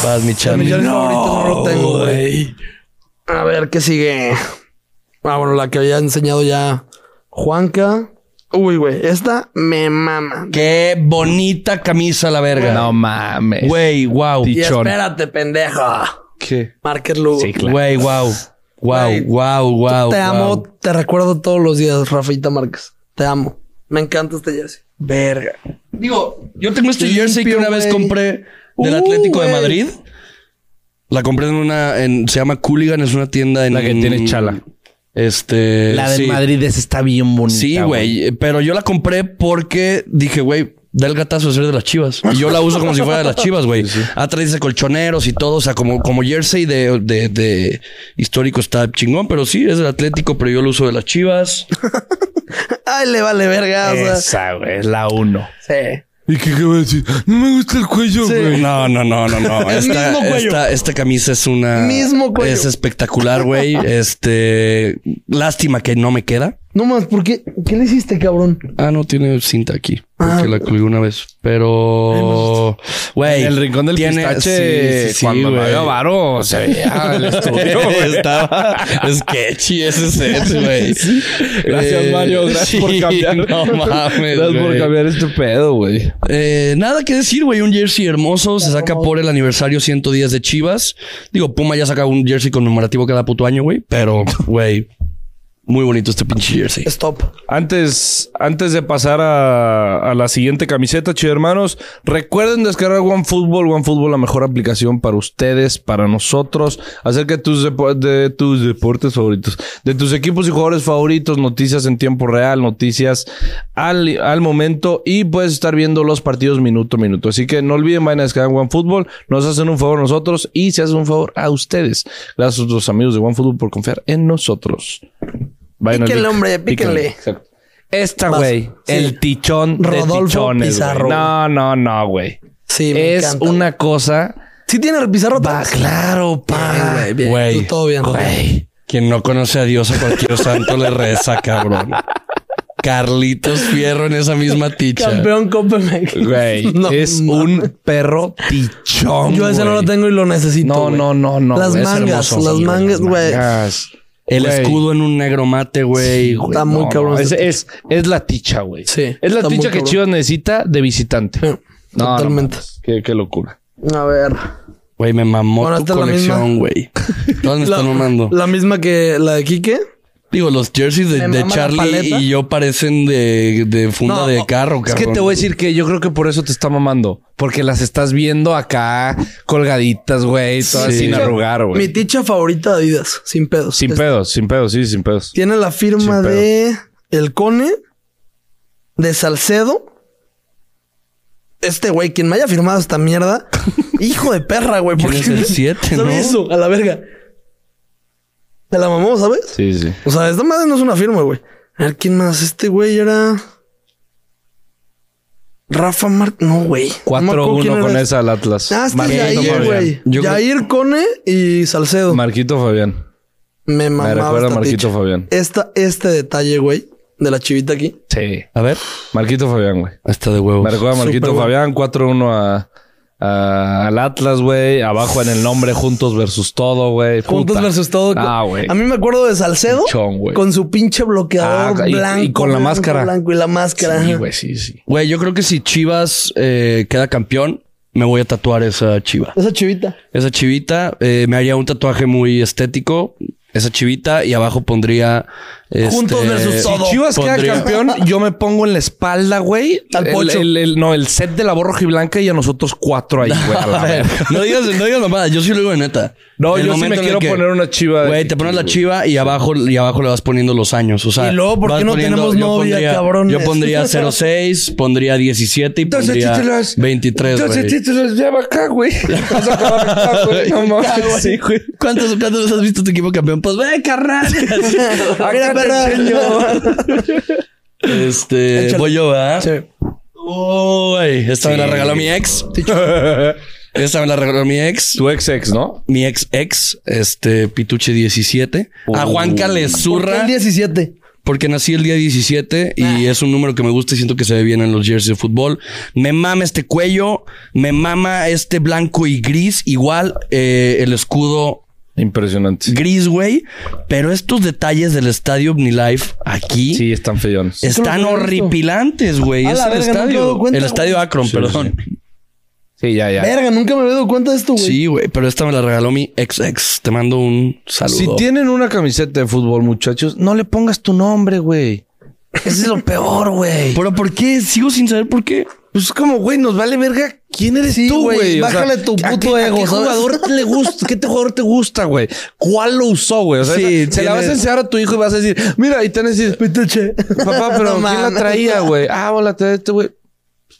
S1: Vas, mi
S3: De
S1: chavo.
S3: millones favoritos no lo tengo, güey. A ver, ¿qué sigue? Ah, bueno, la que había enseñado ya Juanca. Uy, güey, esta me mama.
S1: Qué bonita camisa la verga.
S2: No mames.
S1: Güey, wow.
S2: Sí.
S3: Y
S2: Pichón.
S3: espérate, pendejo.
S2: ¿Qué?
S3: Márquez Lugo.
S2: Sí, claro.
S1: Güey, wow. Wow,
S3: Güey,
S1: wow, wow.
S3: te amo, te recuerdo todos los días, Rafita Márquez. Te amo. Me encanta este jersey. Verga.
S1: Digo, yo tengo este jersey que
S3: Limpio,
S1: una vez
S3: güey.
S1: compré
S3: Uh,
S1: del Atlético de
S3: güey.
S1: Madrid. La compré en una, en, se llama Cooligan, es una tienda en.
S2: La que tiene chala.
S1: Este.
S2: La de
S1: sí.
S2: Madrid esa está bien bonita.
S1: Sí, güey. Pero yo la compré porque dije, güey, da el gatazo de ser de las chivas. Y yo la uso como si fuera de las chivas, güey. Atrás dice colchoneros y todo. O sea, como, como jersey de, de, de histórico está chingón. Pero sí, es del Atlético, pero yo lo uso de las chivas.
S3: Ay, le vale verga. O sea,
S2: Esa, güey. Es la 1.
S3: sí.
S2: ¿Y qué, qué voy a decir? No me gusta el cuello, güey.
S1: No, no, no, no, no.
S3: El
S1: Esta,
S3: mismo cuello.
S1: esta, esta camisa es una.
S3: Mismo cuello.
S1: Es espectacular, güey. Este. Lástima que no me queda.
S3: No más, ¿por qué? ¿Qué le hiciste, cabrón?
S1: Ah, no tiene cinta aquí. Porque
S3: Ah.
S1: la colgué una vez. Pero. Güey.
S2: En el rincón del
S1: tiene-
S2: pistache,
S1: sí, sí, sí,
S2: cuando no
S1: güey.
S2: había varo, se veía el estudio, güey.
S1: Estaba sketchy ese set, güey.
S2: Gracias,
S1: Eh,
S2: Mario. Gracias por
S1: sí,
S2: cambiar.
S1: No mames.
S2: Gracias por
S1: güey.
S2: cambiar este pedo, güey.
S1: Eh, nada que decir, güey. Un jersey hermoso. Se saca por el aniversario 110 de Chivas. Digo, Puma ya saca un jersey conmemorativo cada puto año, güey. Pero, güey, muy bonito este pinche jersey.
S3: Stop.
S2: Antes, antes de pasar a, a la siguiente camiseta, chido hermanos, recuerden descargar OneFootball. OneFootball, la mejor aplicación para ustedes, para nosotros. Acerca de tus, depo- de tus deportes favoritos, de tus equipos y jugadores favoritos, noticias en tiempo real, noticias al, al momento y puedes estar viendo los partidos minuto a minuto. Así que no olviden, vayan a descargar OneFootball. Nos hacen un favor a nosotros y se hacen un favor a ustedes. Gracias a nuestros amigos de OneFootball por confiar en nosotros. Vayan al
S3: Píquenle,
S2: link.
S3: hombre, píquenle.
S2: Exacto. Esta,
S3: Vas.
S2: güey,
S3: Sí.
S2: el tichón de
S3: Rodolfo
S2: tichones. güey.
S3: Pizarro.
S2: No, no, no, güey.
S3: Sí, me
S2: es
S3: encanta.
S2: una cosa.
S3: ¿Sí tiene el pizarro? Va,
S2: Claro, pa.
S3: Bien,
S1: Güey.
S3: tú todo bien.
S2: Güey.
S1: Quien no conoce a Dios, a cualquier santo le reza, cabrón. Carlitos Fierro en esa misma ticha.
S3: Campeón Copenhague.
S2: Güey.
S3: No,
S2: es
S3: no.
S2: un perro tichón.
S3: Yo ese no
S2: güey.
S3: lo tengo y lo necesito.
S2: No,
S3: güey.
S2: no, no, no.
S3: Las
S2: güey, es
S3: mangas,
S2: hermoso,
S3: las
S2: sí,
S3: mangas, güey.
S2: mangas.
S1: El
S2: Güey.
S1: escudo en un negro mate, güey. güey.
S3: Está muy
S2: No,
S3: cabrón.
S2: no, Es,
S3: ese-
S2: es, es la ticha, güey.
S3: Sí,
S2: Es la
S3: está muy
S2: ticha que
S3: cabrón.
S2: Chivas necesita de visitante.
S3: Sí,
S2: No, no
S3: Totalmente.
S2: mames. qué, qué locura.
S3: A ver.
S1: Güey, me mamó
S3: Bueno,
S1: tu
S3: esta es la
S1: colección,
S3: misma.
S1: güey. Todas me
S3: La,
S1: están mamando.
S3: la misma que la de Quique.
S1: Digo, los jerseys de,
S3: Me
S1: de
S3: mama la
S1: Charlie
S3: paleta.
S1: y yo parecen de, de funda
S3: No,
S1: de
S3: no,
S1: carro,
S2: Es
S1: cabrón.
S2: que te voy a decir que yo creo que por eso te está mamando. Porque las estás viendo acá colgaditas, güey, todas
S1: Sí.
S2: sin arrugar,
S3: Mi
S2: güey.
S3: ticha favorita de Adidas, sin pedos.
S2: Sin
S3: Es-
S2: pedos, sin pedos, sí, sin pedos.
S3: Tiene la firma
S2: Sin pedos.
S3: de El Cone, de Salcedo. Este güey, quien me haya firmado esta mierda. Hijo de perra, güey.
S1: ¿Quién
S3: porque
S1: es el siete, no?
S3: eso? A la verga. Te la mamó, ¿sabes?
S2: Sí, sí.
S3: O sea, esta madre no es una firma, güey. A ver, ¿quién más? Este güey era... Rafa Mart... No, güey. No me acuerdo
S2: 4-1
S3: quién era
S2: con
S3: este.
S2: esa al Atlas.
S3: Ah, este
S2: Marquito
S1: Jair,
S2: Fabián.
S3: Yair, güey.
S1: Yo creo-
S3: Yair, Cone y Salcedo.
S2: Marquito Fabián.
S3: me mamaba
S2: recuerda a
S3: esta
S2: Marquito
S3: ticha.
S2: Fabián.
S3: Esta, este detalle, güey, de la chivita aquí.
S2: Sí.
S1: A ver,
S2: Marquito Fabián, güey.
S1: está de huevos.
S2: Me recuerda a Marquito
S3: Súper
S2: Fabián, 4-1 a, a- al Atlas, güey. Abajo en el nombre, juntos versus todo, güey. Puta.
S3: Juntos versus todo.
S2: Ah, güey.
S3: A mí me acuerdo de Salcedo
S2: Pichón, güey.
S3: con su pinche bloqueador
S2: Ah, y- y
S3: blanco.
S2: con la
S3: blanco,
S2: máscara.
S3: Blanco y la máscara.
S2: Sí,
S3: ajá.
S2: güey, sí, sí.
S1: Güey, yo creo que si Chivas eh, queda campeón, me voy a tatuar esa chiva.
S3: Esa chivita.
S1: Esa chivita, eh, me haría un tatuaje muy estético. Esa chivita y abajo pondría... este,
S3: Juntos versus todo.
S2: Si Chivas
S1: Pondría-
S2: queda campeón, yo me pongo en la espalda, güey.
S3: Al
S2: El-
S3: pocho.
S2: el- el- no, el set de la borroja y blanca y a nosotros cuatro ahí, güey. a la
S1: A ver,
S2: verga.
S1: no digas, no digas mamada, yo sí lo digo de neta.
S2: No, yo sí me
S1: momento en el
S2: quiero poner una chiva de-
S1: Güey, te pones la chiva y abajo, y abajo le vas poniendo los años. O sea,
S3: Y luego, ¿por qué
S1: vas
S3: no tenemos
S1: yo
S3: novia,
S1: pondría-
S3: cabrones?
S1: Yo pondría 06, pondría 17 y pondría 23. güey.
S2: te los lleva acá, güey. Vas a acabar acá, güey. No mames.
S1: Ah, güey.
S2: Sí, güey.
S1: ¿Cuántas cuántas veces has visto tu equipo campeón? Pues ve, carnal.
S3: Mira, perra.
S1: este,
S3: Échale.
S1: voy yo, ¿verdad?
S3: Sí.
S1: Uy, esta me la
S2: Sí.
S1: regaló mi ex. Esta me la regaló mi ex.
S2: Tu ex ex, ¿no?
S1: Mi ex ex, este Pituche 17. A Juanca le
S3: Porque
S1: zurra
S3: El 17.
S1: porque nací el día 17 y es un número que me gusta y siento que se ve bien en los jerseys de fútbol. Me mama este cuello, me mama este blanco y gris, igual eh, el escudo
S2: Impresionante.
S1: gris, güey. Pero estos detalles del estadio OmniLife aquí
S2: Sí, están feyones.
S1: están
S3: Nunca lo había visto.
S1: horripilantes, güey.
S3: A
S1: Es
S3: la
S1: el
S3: verga, nunca me he
S1: estadio.
S3: dado cuenta,
S1: el
S3: güey.
S1: estadio Akron,
S2: Sí,
S1: perdón.
S2: Sí, ya, ya.
S3: Verga, nunca me había dado cuenta de esto, güey.
S1: Sí, güey, pero esta me la regaló mi ex ex. Te mando un saludo.
S2: Si tienen una camiseta de fútbol, muchachos, no le pongas tu nombre, güey. Ese es lo peor, güey.
S1: Pero ¿por qué? Sigo sin saber por qué.
S2: Pues como, güey, nos vale verga quién eres
S3: Sí,
S2: tú,
S3: güey,
S2: güey. O sea,
S3: bájale tu
S2: ¿a
S3: puto
S2: qué- a
S3: ego,
S2: qué
S3: ¿sabes?
S2: jugador te le gusta? ¿Qué te jugador te gusta, güey? ¿Cuál lo usó, güey? O sea,
S1: Sí,
S2: esa- se
S1: tiene-
S2: la vas a enseñar a tu hijo y vas a decir, mira, y te van a decir,
S3: Pituche.
S2: papá, pero ¿quién
S3: No
S2: la
S3: mames.
S2: traía, güey? Ah, hola, traía este güey.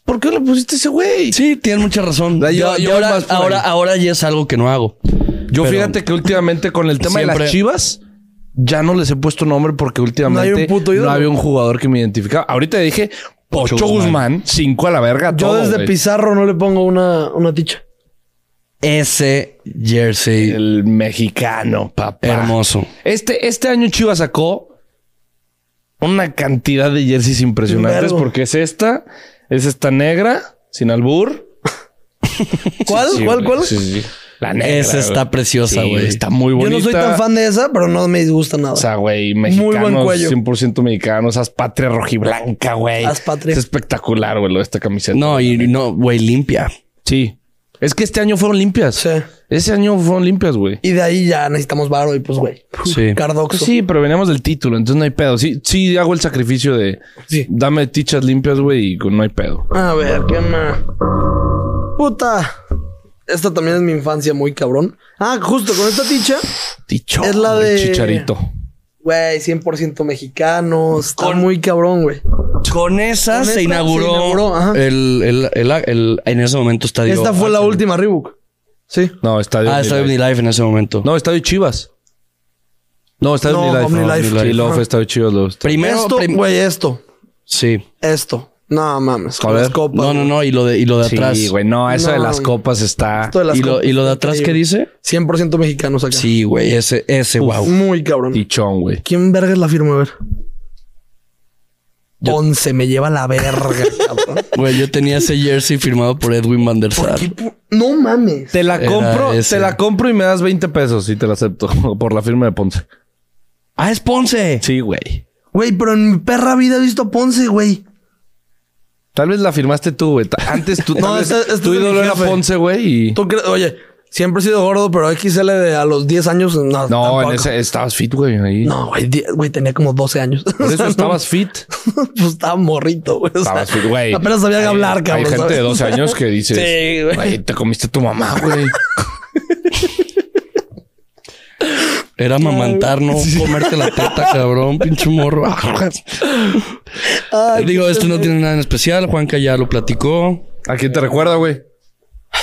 S2: ¿Por qué le pusiste ese güey?
S1: Sí, tienes mucha razón.
S2: Ya, yo-
S1: Yo-
S2: yo
S1: yo ahora,
S2: voy más por ahí.
S1: ahora, ahora ya es algo que no hago.
S2: Yo
S1: Pero-
S2: fíjate que últimamente con el tema de
S1: Siempre-
S2: las chivas, ya no les he puesto nombre porque últimamente
S3: No
S2: no,
S3: hay un puto ídolo.
S2: había un jugador que me identificaba. Ahorita dije Pocho, Guzmán, cinco a la verga.
S3: Yo
S2: todo,
S3: desde
S2: güey.
S3: Pizarro no le pongo una, una ticha.
S1: Ese jersey
S2: El mexicano, papá.
S1: hermoso.
S2: Este, este año Chivas sacó una cantidad de jerseys impresionantes
S3: vergo.
S2: porque es esta, es esta negra, sin albur.
S3: ¿Cuál?
S2: Sí,
S3: ¿Cuál?
S2: güey,
S3: ¿Cuál?
S2: sí, sí, sí. La negra.
S1: Esa está
S2: güey.
S1: preciosa,
S2: Sí,
S1: güey.
S2: está muy
S3: Yo
S2: bonita.
S3: no soy tan fan de esa, pero no me disgusta nada.
S2: O sea, güey,
S3: buen
S2: mexicanos,
S3: cuello.
S2: 100% mexicanos, haz patria rojiblanca, güey.
S3: Haz patria.
S2: Es espectacular, güey, lo de esta camiseta.
S1: No, y no, güey, limpia.
S2: Sí. Es que este año fueron limpias.
S3: Sí.
S2: Ese año fueron limpias, güey.
S3: y de ahí ya necesitamos varo y pues, güey.
S1: Sí.
S3: Cardoxo.
S2: Pues Sí, pero veníamos del título, entonces no hay pedo. Sí, sí hago el sacrificio de
S3: Sí.
S2: dame tichas limpias, güey, y con- no hay pedo.
S3: A ver, ¿qué más? Puta. Esta también es mi infancia muy cabrón. Ah, justo con esta ticha.
S2: Ticho.
S3: Es la
S2: güey,
S3: de-
S2: Chicharito.
S3: Güey, 100% mexicano. Está muy cabrón, güey.
S1: Con esa,
S3: Con esa
S1: se inauguró,
S3: se inauguró, ajá.
S1: el, el- el- el- en ese momento estadio.
S3: Esta fue la última Reebok. Sí.
S2: No, Estadio
S1: Ah, estadio
S2: Live.
S1: Live en ese momento.
S2: No, Estadio Chivas. No, Estadio
S3: No,
S2: Live.
S3: OmniLife.
S2: Sí, luego fue Estadio Chivas. luego Estadio-
S1: Primero,
S3: Esto,
S1: prim-
S3: güey, esto.
S1: sí.
S3: Esto. No mames.
S2: A
S3: Con las
S2: ver.
S3: copas.
S1: No, no, no. Y lo de, y lo de atrás.
S2: Sí, güey, no, eso de
S3: No,
S2: las
S3: güey.
S2: copas está...
S3: Esto de las
S1: ¿Y, lo,
S3: copas.
S1: y lo de atrás qué dice?
S3: 100% mexicanos acá.
S1: Sí, güey, ese, ese, wow.
S3: Muy cabrón.
S2: Tichón, güey.
S3: ¿Quién vergas la firma? A ver. 11, me lleva la verga, cabrón.
S1: Güey, yo tenía ese jersey firmado por Edwin Van der
S3: ¿Por
S1: Sar.
S3: qué pu- No mames.
S2: Te la
S1: Era
S2: compro,
S1: ese.
S2: te la compro y me das 20 pesos y te la acepto por la firma de Ponce.
S1: Ah, es Ponce.
S2: Sí, güey.
S3: Güey, pero en mi perra vida he visto a Ponce, güey.
S2: Tal vez la firmaste tú, güey. Ta- Antes tú,
S3: No,
S2: tal vez
S3: este- este
S2: tu
S3: es de mi
S2: ídolo era
S3: jefe.
S2: Ponce, güey, y...
S3: ¿Tú cre- Oye, siempre he sido gordo, pero XL de a los 10 años. No,
S2: No,
S3: tampoco.
S2: en ese estabas fit, güey, ahí.
S3: No, güey, 10, güey, tenía como 12 años.
S2: Por eso estabas fit.
S3: pues estaba morrito, güey. o sea,
S2: Estabas fit, güey.
S3: Apenas sabía
S2: Hay-
S3: hablar, cabrón.
S2: Hay gente
S3: ¿sabes?
S2: de 12 años que dices...
S3: Sí, güey.
S2: "Güey, te comiste a tu mamá, güey.
S1: Era amamantar, no comerte la teta, cabrón, pinche morro.
S3: Ay,
S1: Digo, esto no tiene nada en especial. Juanca ya lo platicó.
S2: ¿A quién te recuerda, güey?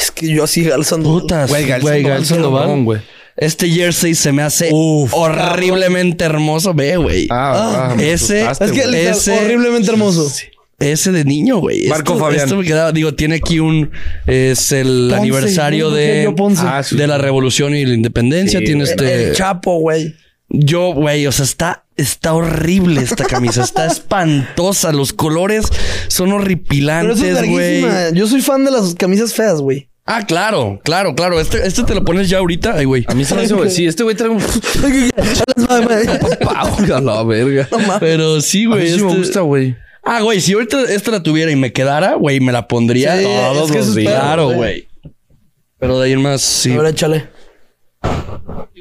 S3: Es que yo así alzando.
S1: Putas, güey, Gael Sandoval.
S2: güey.
S1: Este jersey se me hace horriblemente hermoso. Ve, güey.
S2: Ah, ah, me
S1: ese-
S2: asustaste,
S3: Es que
S2: güey.
S1: le-
S3: es
S1: Ese-
S3: horriblemente hermoso.
S1: Ese de niño, güey.
S2: Marco
S1: Esto-
S2: Fabián.
S1: Esto me quedaba. Digo, tiene aquí un. Es el
S3: Ponce,
S1: aniversario
S3: ¿no?
S1: de,
S3: Yo Ponce.
S2: Ah, sí.
S1: de la revolución y la independencia.
S2: Sí,
S1: tiene
S2: güey.
S1: este.
S3: El Chapo, güey.
S1: Yo, güey, o sea, está, está horrible esta camisa. está espantosa. Los colores son
S3: Pero eso es
S1: horripilantes, güey.
S3: larguísima. Yo soy fan de las camisas feas, güey.
S1: Ah, claro, claro, claro. Este, este te lo pones ya ahorita. Ay, güey.
S2: A mí se me hace, güey. Sí, este güey trae un... Pau, a la verga.
S1: Pero sí,
S2: A mí
S1: güey.
S2: sí me
S1: este-
S2: gusta, güey.
S1: Ah, güey, si ahorita esta la tuviera y me quedara, güey, me la pondría
S3: Sí,
S1: todos
S3: es que eso
S1: los
S3: es
S1: días.
S3: pedo,
S1: Claro,
S3: güey.
S1: güey. Pero de ahí en más, sí.
S3: A ver, échale.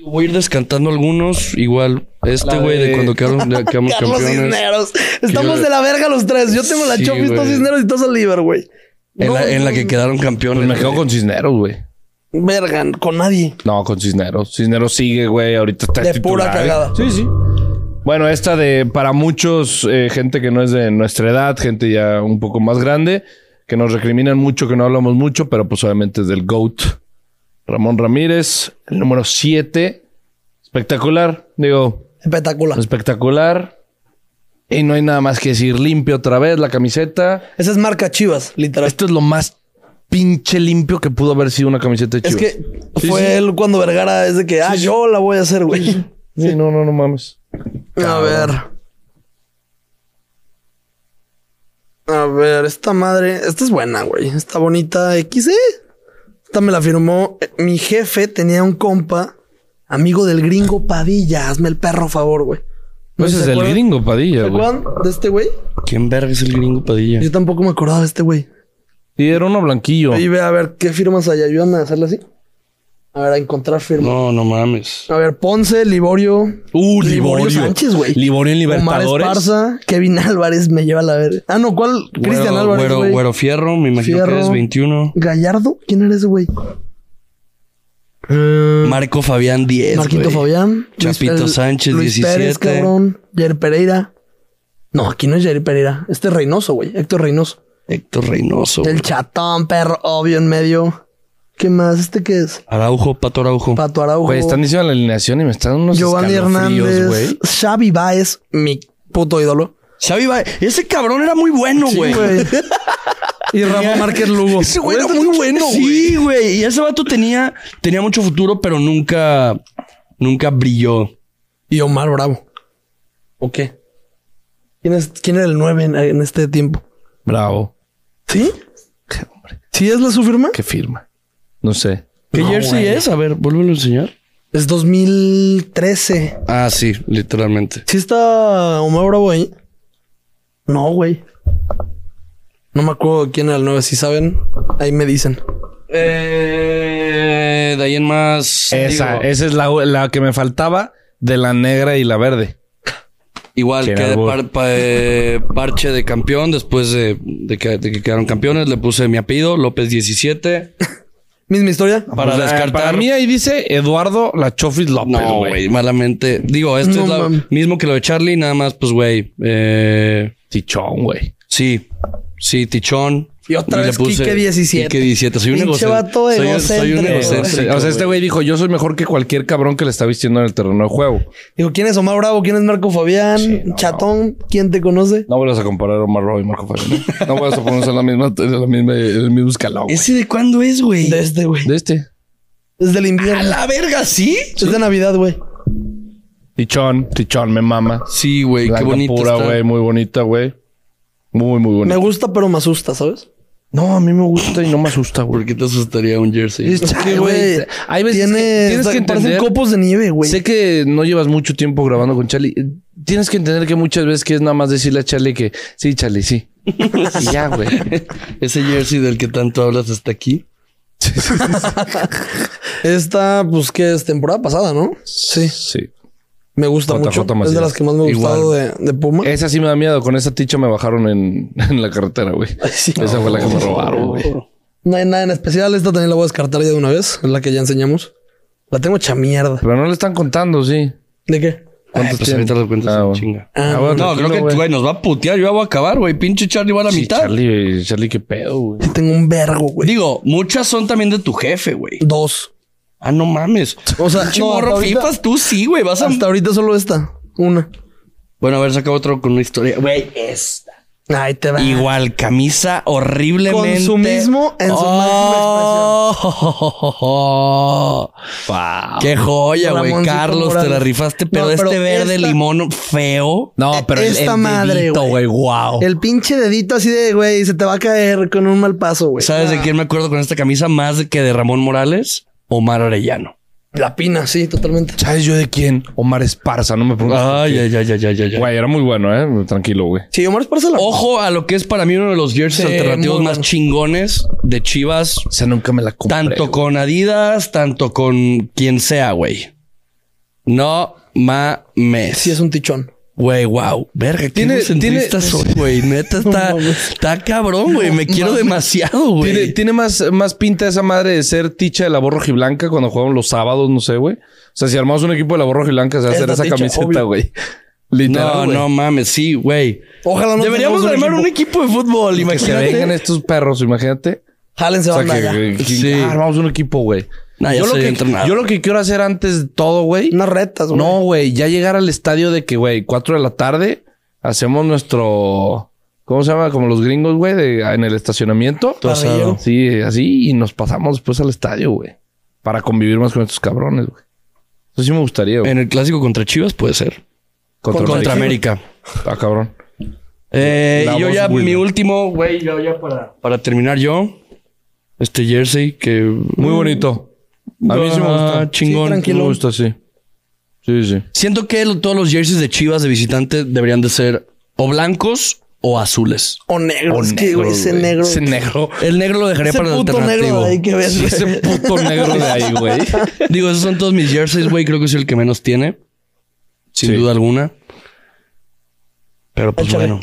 S1: Voy a ir descantando algunos. Igual, este
S2: La
S1: güey de
S2: de-
S1: cuando quedaron, de- quedamos
S3: Carlos
S1: campeones.
S3: Cisneros. Estamos
S1: Yo-
S3: de la verga los tres. Yo tengo la
S1: Sí,
S3: Chofis, tú
S1: güey.
S3: Cisneros y tú Saliver, güey.
S1: En,
S3: No,
S1: la, en la
S3: no,
S1: que quedaron campeones.
S2: Pues me quedo con Cisneros, güey.
S3: Verga, con nadie.
S2: No, con Cisneros. Cisneros sigue, güey. Ahorita está
S3: De pura
S2: titular.
S3: cagada.
S2: Sí, sí. Bueno, esta de para muchos, eh, gente que no es de nuestra edad, gente ya un poco más grande, que nos recriminan mucho, que no hablamos mucho, pero pues obviamente es del GOAT. Ramón Ramírez, el número 7. Espectacular, digo,
S3: Espectacular.
S2: Pues- espectacular. Y no hay nada más que decir limpio otra vez la camiseta.
S3: Esa es marca Chivas, literal.
S2: Esto es lo más pinche limpio que pudo haber sido una camiseta de
S3: Es
S2: Chivas.
S3: que
S2: Sí,
S3: fue
S2: sí.
S3: él cuando Vergara es de que, ah, yo la voy a hacer, güey.
S2: Sí, no, no, no mames.
S3: A ver. A ver, esta madre, esta es buena, güey. Está bonita XE. Esta me la firmó. eh, Mi jefe tenía un compa, amigo del gringo Padilla. Hazme el perro favor, güey. No
S2: Pues
S3: sé si
S2: es
S3: se
S2: el
S3: acuerdan-
S2: gringo Padilla,
S3: ¿Se
S2: güey.
S3: acuerdan de este güey?
S1: ¿Quién verga es el gringo Padilla?
S3: Yo tampoco me acordaba de este güey.
S2: Y era uno blanquillo.
S1: Oh.
S3: Y ve a ver qué firmas hay. Ayúdame a hacerle así. A ver, a encontrar firmas.
S1: No, no mames.
S3: A ver, Ponce, Liborio.
S2: Uh,
S3: Sánchez, güey.
S2: Liborio en
S3: Omar
S2: Libertadores.
S3: Esparza, Kevin Álvarez me lleva a la verga. Ah, no, ¿cuál? Cristian
S1: Güero-
S3: Álvarez,
S1: Güero,
S3: güey.
S1: Güero Fierro, me imagino
S3: Fierro.
S1: que es 21.
S3: Gallardo, ¿quién eres, güey?
S1: Marco Fabián 10.
S3: Marquito
S1: güey.
S3: Fabián. Luis-
S1: Chapito
S3: el-
S1: Eh, Sánchez
S3: Luis
S1: 17.
S3: Pérez, cabrón. Jair Pereira. No, aquí no es Jair Pereira. Este es Reynoso, güey. Héctor Reynoso.
S1: Héctor Reynoso. güey.
S3: El chatón, perro, obvio, en medio. ¿Qué más? ¿Este qué es?
S1: Araujo, Pato Araujo.
S3: Pato Araujo.
S2: Güey, están diciendo la alineación y me están dando unos
S3: Giovanni
S2: escalofríos,
S3: Hernández.
S2: güey.
S3: Xavi Baez, mi puto ídolo.
S1: Xavi Ba- Ese cabrón era muy bueno, güey.
S3: güey. y Ramón Márquez Lugo.
S1: Ese güey era muy bueno, güey. Sí, güey. Y ese vato tenía, tenía mucho futuro, pero nunca, nunca brilló.
S3: Y Omar Bravo.
S1: ¿O qué?
S3: ¿Quién, es, quién era el 9 en, en este tiempo?
S2: Bravo.
S3: ¿Sí? ¿Sí es la su firma?
S2: ¿Qué firma? No sé.
S1: ¿Qué
S3: No,
S1: jersey
S3: güey.
S1: es? A ver, vuélvelo a enseñar.
S3: Es 2013.
S1: Ah, sí, literalmente.
S3: ¿Sí está Omar Bravo ahí? No, güey. No me acuerdo quién era el 9. Si saben, ahí me dicen.
S1: Eh, de ahí en más.
S2: Esa,
S1: digo,
S2: esa es la, la que me faltaba de la negra y la verde.
S1: Igual
S2: Sin
S1: que de
S2: albur.
S1: par- pa- eh, parche de campeón, después de, de que, de que quedaron campeones, le puse mi apellido, López 17,
S3: Misma historia.
S1: para
S2: O sea,
S1: descartar.
S2: Para Pues mí ahí dice Eduardo La Chofis López,
S1: no,
S2: güey.
S1: Oh, güey, malamente. Digo, esto
S3: No
S1: es lo
S3: mames.
S1: mismo que lo de Charlie, nada más, pues, güey. Eh,
S2: Tichón, güey.
S1: sí, sí, Tichón.
S3: Y otra vez Quique 17.
S1: Quique 17. Soy un
S3: Pinche
S1: egocéntrico.
S3: vato
S1: Soy, un- soy un
S3: egocéntrico, güey.
S2: Sí,
S1: egocéntrico.
S2: o sea, este güey dijo, yo soy mejor que cualquier cabrón que le está vistiendo en el terreno de juego.
S3: Digo, ¿quién es Omar Bravo? ¿Quién es Marco Fabián?
S2: Sí, no,
S3: Chatón, ¿quién te conoce?
S2: No vuelvas a comparar a Omar Bravo y Marco Fabián. ¿eh? No vuelvas a ponerse en la misma, en la misma, en el mismo escalón, güey.
S1: ¿Ese de cuándo es, güey?
S3: De este, güey.
S2: De este.
S3: Es del invierno.
S1: ¿A la verga, sí?
S3: Es de Navidad, güey.
S2: Tichón, Tichón, me mama.
S1: Sí, güey, qué
S2: Blanca
S1: bonito.
S2: pura,
S1: está.
S2: güey, muy bonita, güey. Muy, muy
S3: Me
S2: bonita.
S3: gusta, pero me asusta, ¿sabes?
S2: No, a mí me gusta y no me asusta, güey.
S1: ¿Por qué te asustaría un jersey?
S2: Es-
S3: Ay,
S2: que, güey, hay veces
S3: Tiene,
S2: que tienes
S3: o sea,
S2: que
S3: parecen
S2: entender-
S3: copos de nieve, güey.
S2: Sé que no llevas mucho tiempo grabando con Charlie. Eh, Tienes que entender que muchas veces que es nada más decirle a Charlie que sí, Charlie, sí. Y ya, güey.
S1: Ese jersey del que tanto hablas hasta aquí.
S3: Esta, pues, que es temporada pasada, ¿no? Sí.
S2: Sí.
S3: Me gusta
S2: JJ
S3: mucho. Es de
S2: Macías. Eh.
S3: las que más me ha gustado de, de Puma.
S2: Esa sí me da miedo. Con esa ticha me bajaron en, en la carretera, güey.
S3: sí.
S2: Esa fue la que me robaron, güey.
S3: No hay nada en especial. Esta también la voy a descartar ya de una vez. Es la que ya enseñamos. La tengo hecha mierda.
S2: Pero no le están contando, sí.
S3: ¿De qué?
S1: ¿Cuántos pues
S2: tienen?
S1: ahorita los cuentas
S2: Ah,
S1: en
S2: bueno.
S1: chinga.
S3: Ah,
S2: bueno,
S1: No, creo
S2: tranquilo,
S1: que güey, nos va a putear. Yo ya voy a acabar, güey. Pinche Charlie va a la
S2: Sí,
S1: mitad.
S2: Charlie, eh, Charlie, qué pedo, güey.
S3: Tengo un vergo, güey.
S1: Digo, muchas son también de tu jefe, güey.
S3: Dos.
S1: Ah, no mames.
S3: O sea,
S1: Pinche
S3: no, hasta
S1: morro
S3: ahorita-
S1: fifas, tú sí, güey. Vas a.
S3: Hasta ahorita solo esta. Una.
S1: Bueno, a ver, saca otro con una historia. Güey, esta.
S3: Ahí te va.
S1: Igual, camisa horriblemente.
S3: Consumismo en su máxima
S1: Oh, Qué joya, güey.
S3: Ramoncito
S1: Carlos, te la
S3: Morales.
S1: rifaste, pero,
S3: No, pero
S1: este verde
S3: esta-
S1: limón feo. E-
S2: No,
S3: pero el- Esta el madre, dedito, güey.
S2: wow.
S3: El pinche dedito así de, güey, se te va a caer con un mal paso, güey.
S1: ¿Sabes de quién me acuerdo con esta camisa más de que de Ramón Morales? Omar Arellano.
S3: La pina, sí, totalmente.
S2: ¿Sabes yo de quién? Omar Esparza, no me preguntes. por qué.
S1: ay, ay, ay, ay.
S2: Güey, era muy bueno, eh. Tranquilo, güey.
S3: Sí, Omar Esparza la...
S1: Ojo a lo que es para mí uno de los jerseys
S3: Sí,
S1: alternativos
S3: muy
S1: más
S3: bueno.
S1: chingones de Chivas,
S2: O sea, nunca me la compré.
S1: tanto
S2: güey.
S1: con Adidas, tanto con quien sea, güey. No mames.
S3: Sí, es un tichón.
S1: Güey, wow. Verga, qué
S2: Tiene-
S1: egocentrista
S2: tiene-
S1: soy, güey. Neta está,
S3: mames.
S1: está cabrón, güey. Me quiero demasiado, güey.
S2: Tiene, tiene más, más pinta esa madre de ser ticha de la borroja y blanca cuando jugaban los sábados, no sé, güey. O sea, si armamos un equipo de la borroja y blanca, se va a
S3: Es
S2: hacer
S3: la
S2: esa
S3: ticha,
S2: camiseta,
S3: obvio.
S2: güey. Literal,
S1: No,
S2: güey.
S1: no mames, sí, güey.
S3: Ojalá no
S1: Deberíamos
S3: tengamos
S1: armar un equipo. de fútbol,
S2: Que se
S1: imagínate.
S2: vengan estos perros, imagínate.
S3: Jálense
S2: O sea,
S3: banda
S2: que,
S3: ya.
S2: que- que-
S1: Sí.
S2: ah, armamos un equipo, güey.
S1: Nah, ya
S2: yo, lo
S1: soy
S2: que,
S1: entrenado.
S2: yo lo que quiero hacer antes de todo, güey.
S3: Unas retas, güey.
S2: No, güey. Ya llegar al estadio de que, güey, 4 de la tarde, hacemos nuestro. ¿Cómo se llama? Como los gringos, güey, de- en el estacionamiento.
S3: Tu asado.
S2: Sí, así. Y nos pasamos después al estadio, güey. Para convivir más con estos cabrones, güey. Eso sí me gustaría, güey.
S1: En el clásico contra Chivas puede ser. Contra, América.
S2: Ah, cabrón.
S1: Eh,
S2: La
S1: y yo
S2: voz
S1: ya,
S2: Wilmer.
S1: mi último, güey, yo ya para, para terminar yo. Este jersey que...
S2: Muy bonito. A mí sí me
S1: Ah,
S2: gusta.
S1: chingón.
S2: Sí, tranquilo. Me gusta, sí. Sí, sí.
S1: Siento que lo- todos los jerseys de Chivas de visitante deberían de ser o blancos o azules.
S3: O negro. es que, güey, ese
S2: güey.
S3: negro.
S2: Ese negro.
S1: El negro lo dejaría
S3: Ese
S1: para el
S3: puto negro
S1: alternativo.
S3: de ahí que ves, güey.
S2: Ese puto negro de ahí, güey.
S1: Digo, esos son todos mis jerseys, güey. Creo que soy el que menos tiene. Sin
S2: Sí.
S1: duda alguna. Pero pues
S3: Échale.
S1: bueno.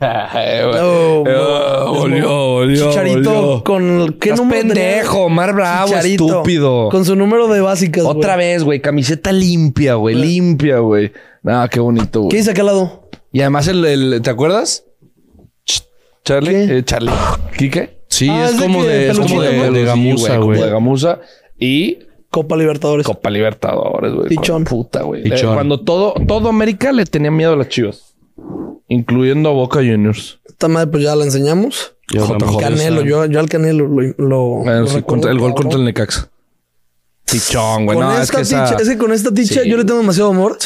S2: Ay, güey.
S3: Oh,
S2: Oh, Eh, Volvió, volvió.
S3: Chicharito
S2: volvió.
S3: con el- ¿qué
S2: Estás
S3: número tenía?
S2: pendejo, Omar Bravo,
S3: Chicharito.
S2: estúpido.
S3: Con su número de básicas.
S2: Otra
S3: güey.
S2: vez, güey. Camiseta limpia, güey. Limpia, güey. Ah, qué bonito,
S3: ¿Qué
S2: güey.
S3: dice acá al lado?
S2: Y además, el, el- ¿te acuerdas? Ch- Charlie.
S3: ¿Qué?
S2: Eh, Charlie. ¿Quique?
S1: Sí,
S3: Ah,
S1: es,
S3: es de
S1: como
S3: que
S1: de, es como
S3: peluchito,
S1: de,
S3: ¿no?
S1: de
S2: Sí,
S1: gamuza,
S2: como
S1: güey.
S2: De gamuza. Y
S3: Copa Libertadores.
S2: Copa Libertadores, güey.
S3: Pichón.
S2: Puta, güey.
S1: Pichón.
S2: Eh, Cuando todo, todo América le tenía miedo a las chivas. incluyendo a Boca Juniors.
S3: Esta madre, pues ya la enseñamos.
S1: Yo
S2: Jota,
S1: tampoco.
S2: Jota.
S3: Canelo, yo, yo al Canelo lo. lo-
S2: Bueno,
S3: lo
S2: Ah, sí,
S3: recuerdo,
S2: contra- el gol
S3: cabrón.
S2: contra el Necaxa. Tichón, güey.
S3: Con
S2: No,
S3: esta
S2: es que esa-
S3: ticha- es que con esta ticha
S2: Sí.
S3: yo le tengo demasiado amor.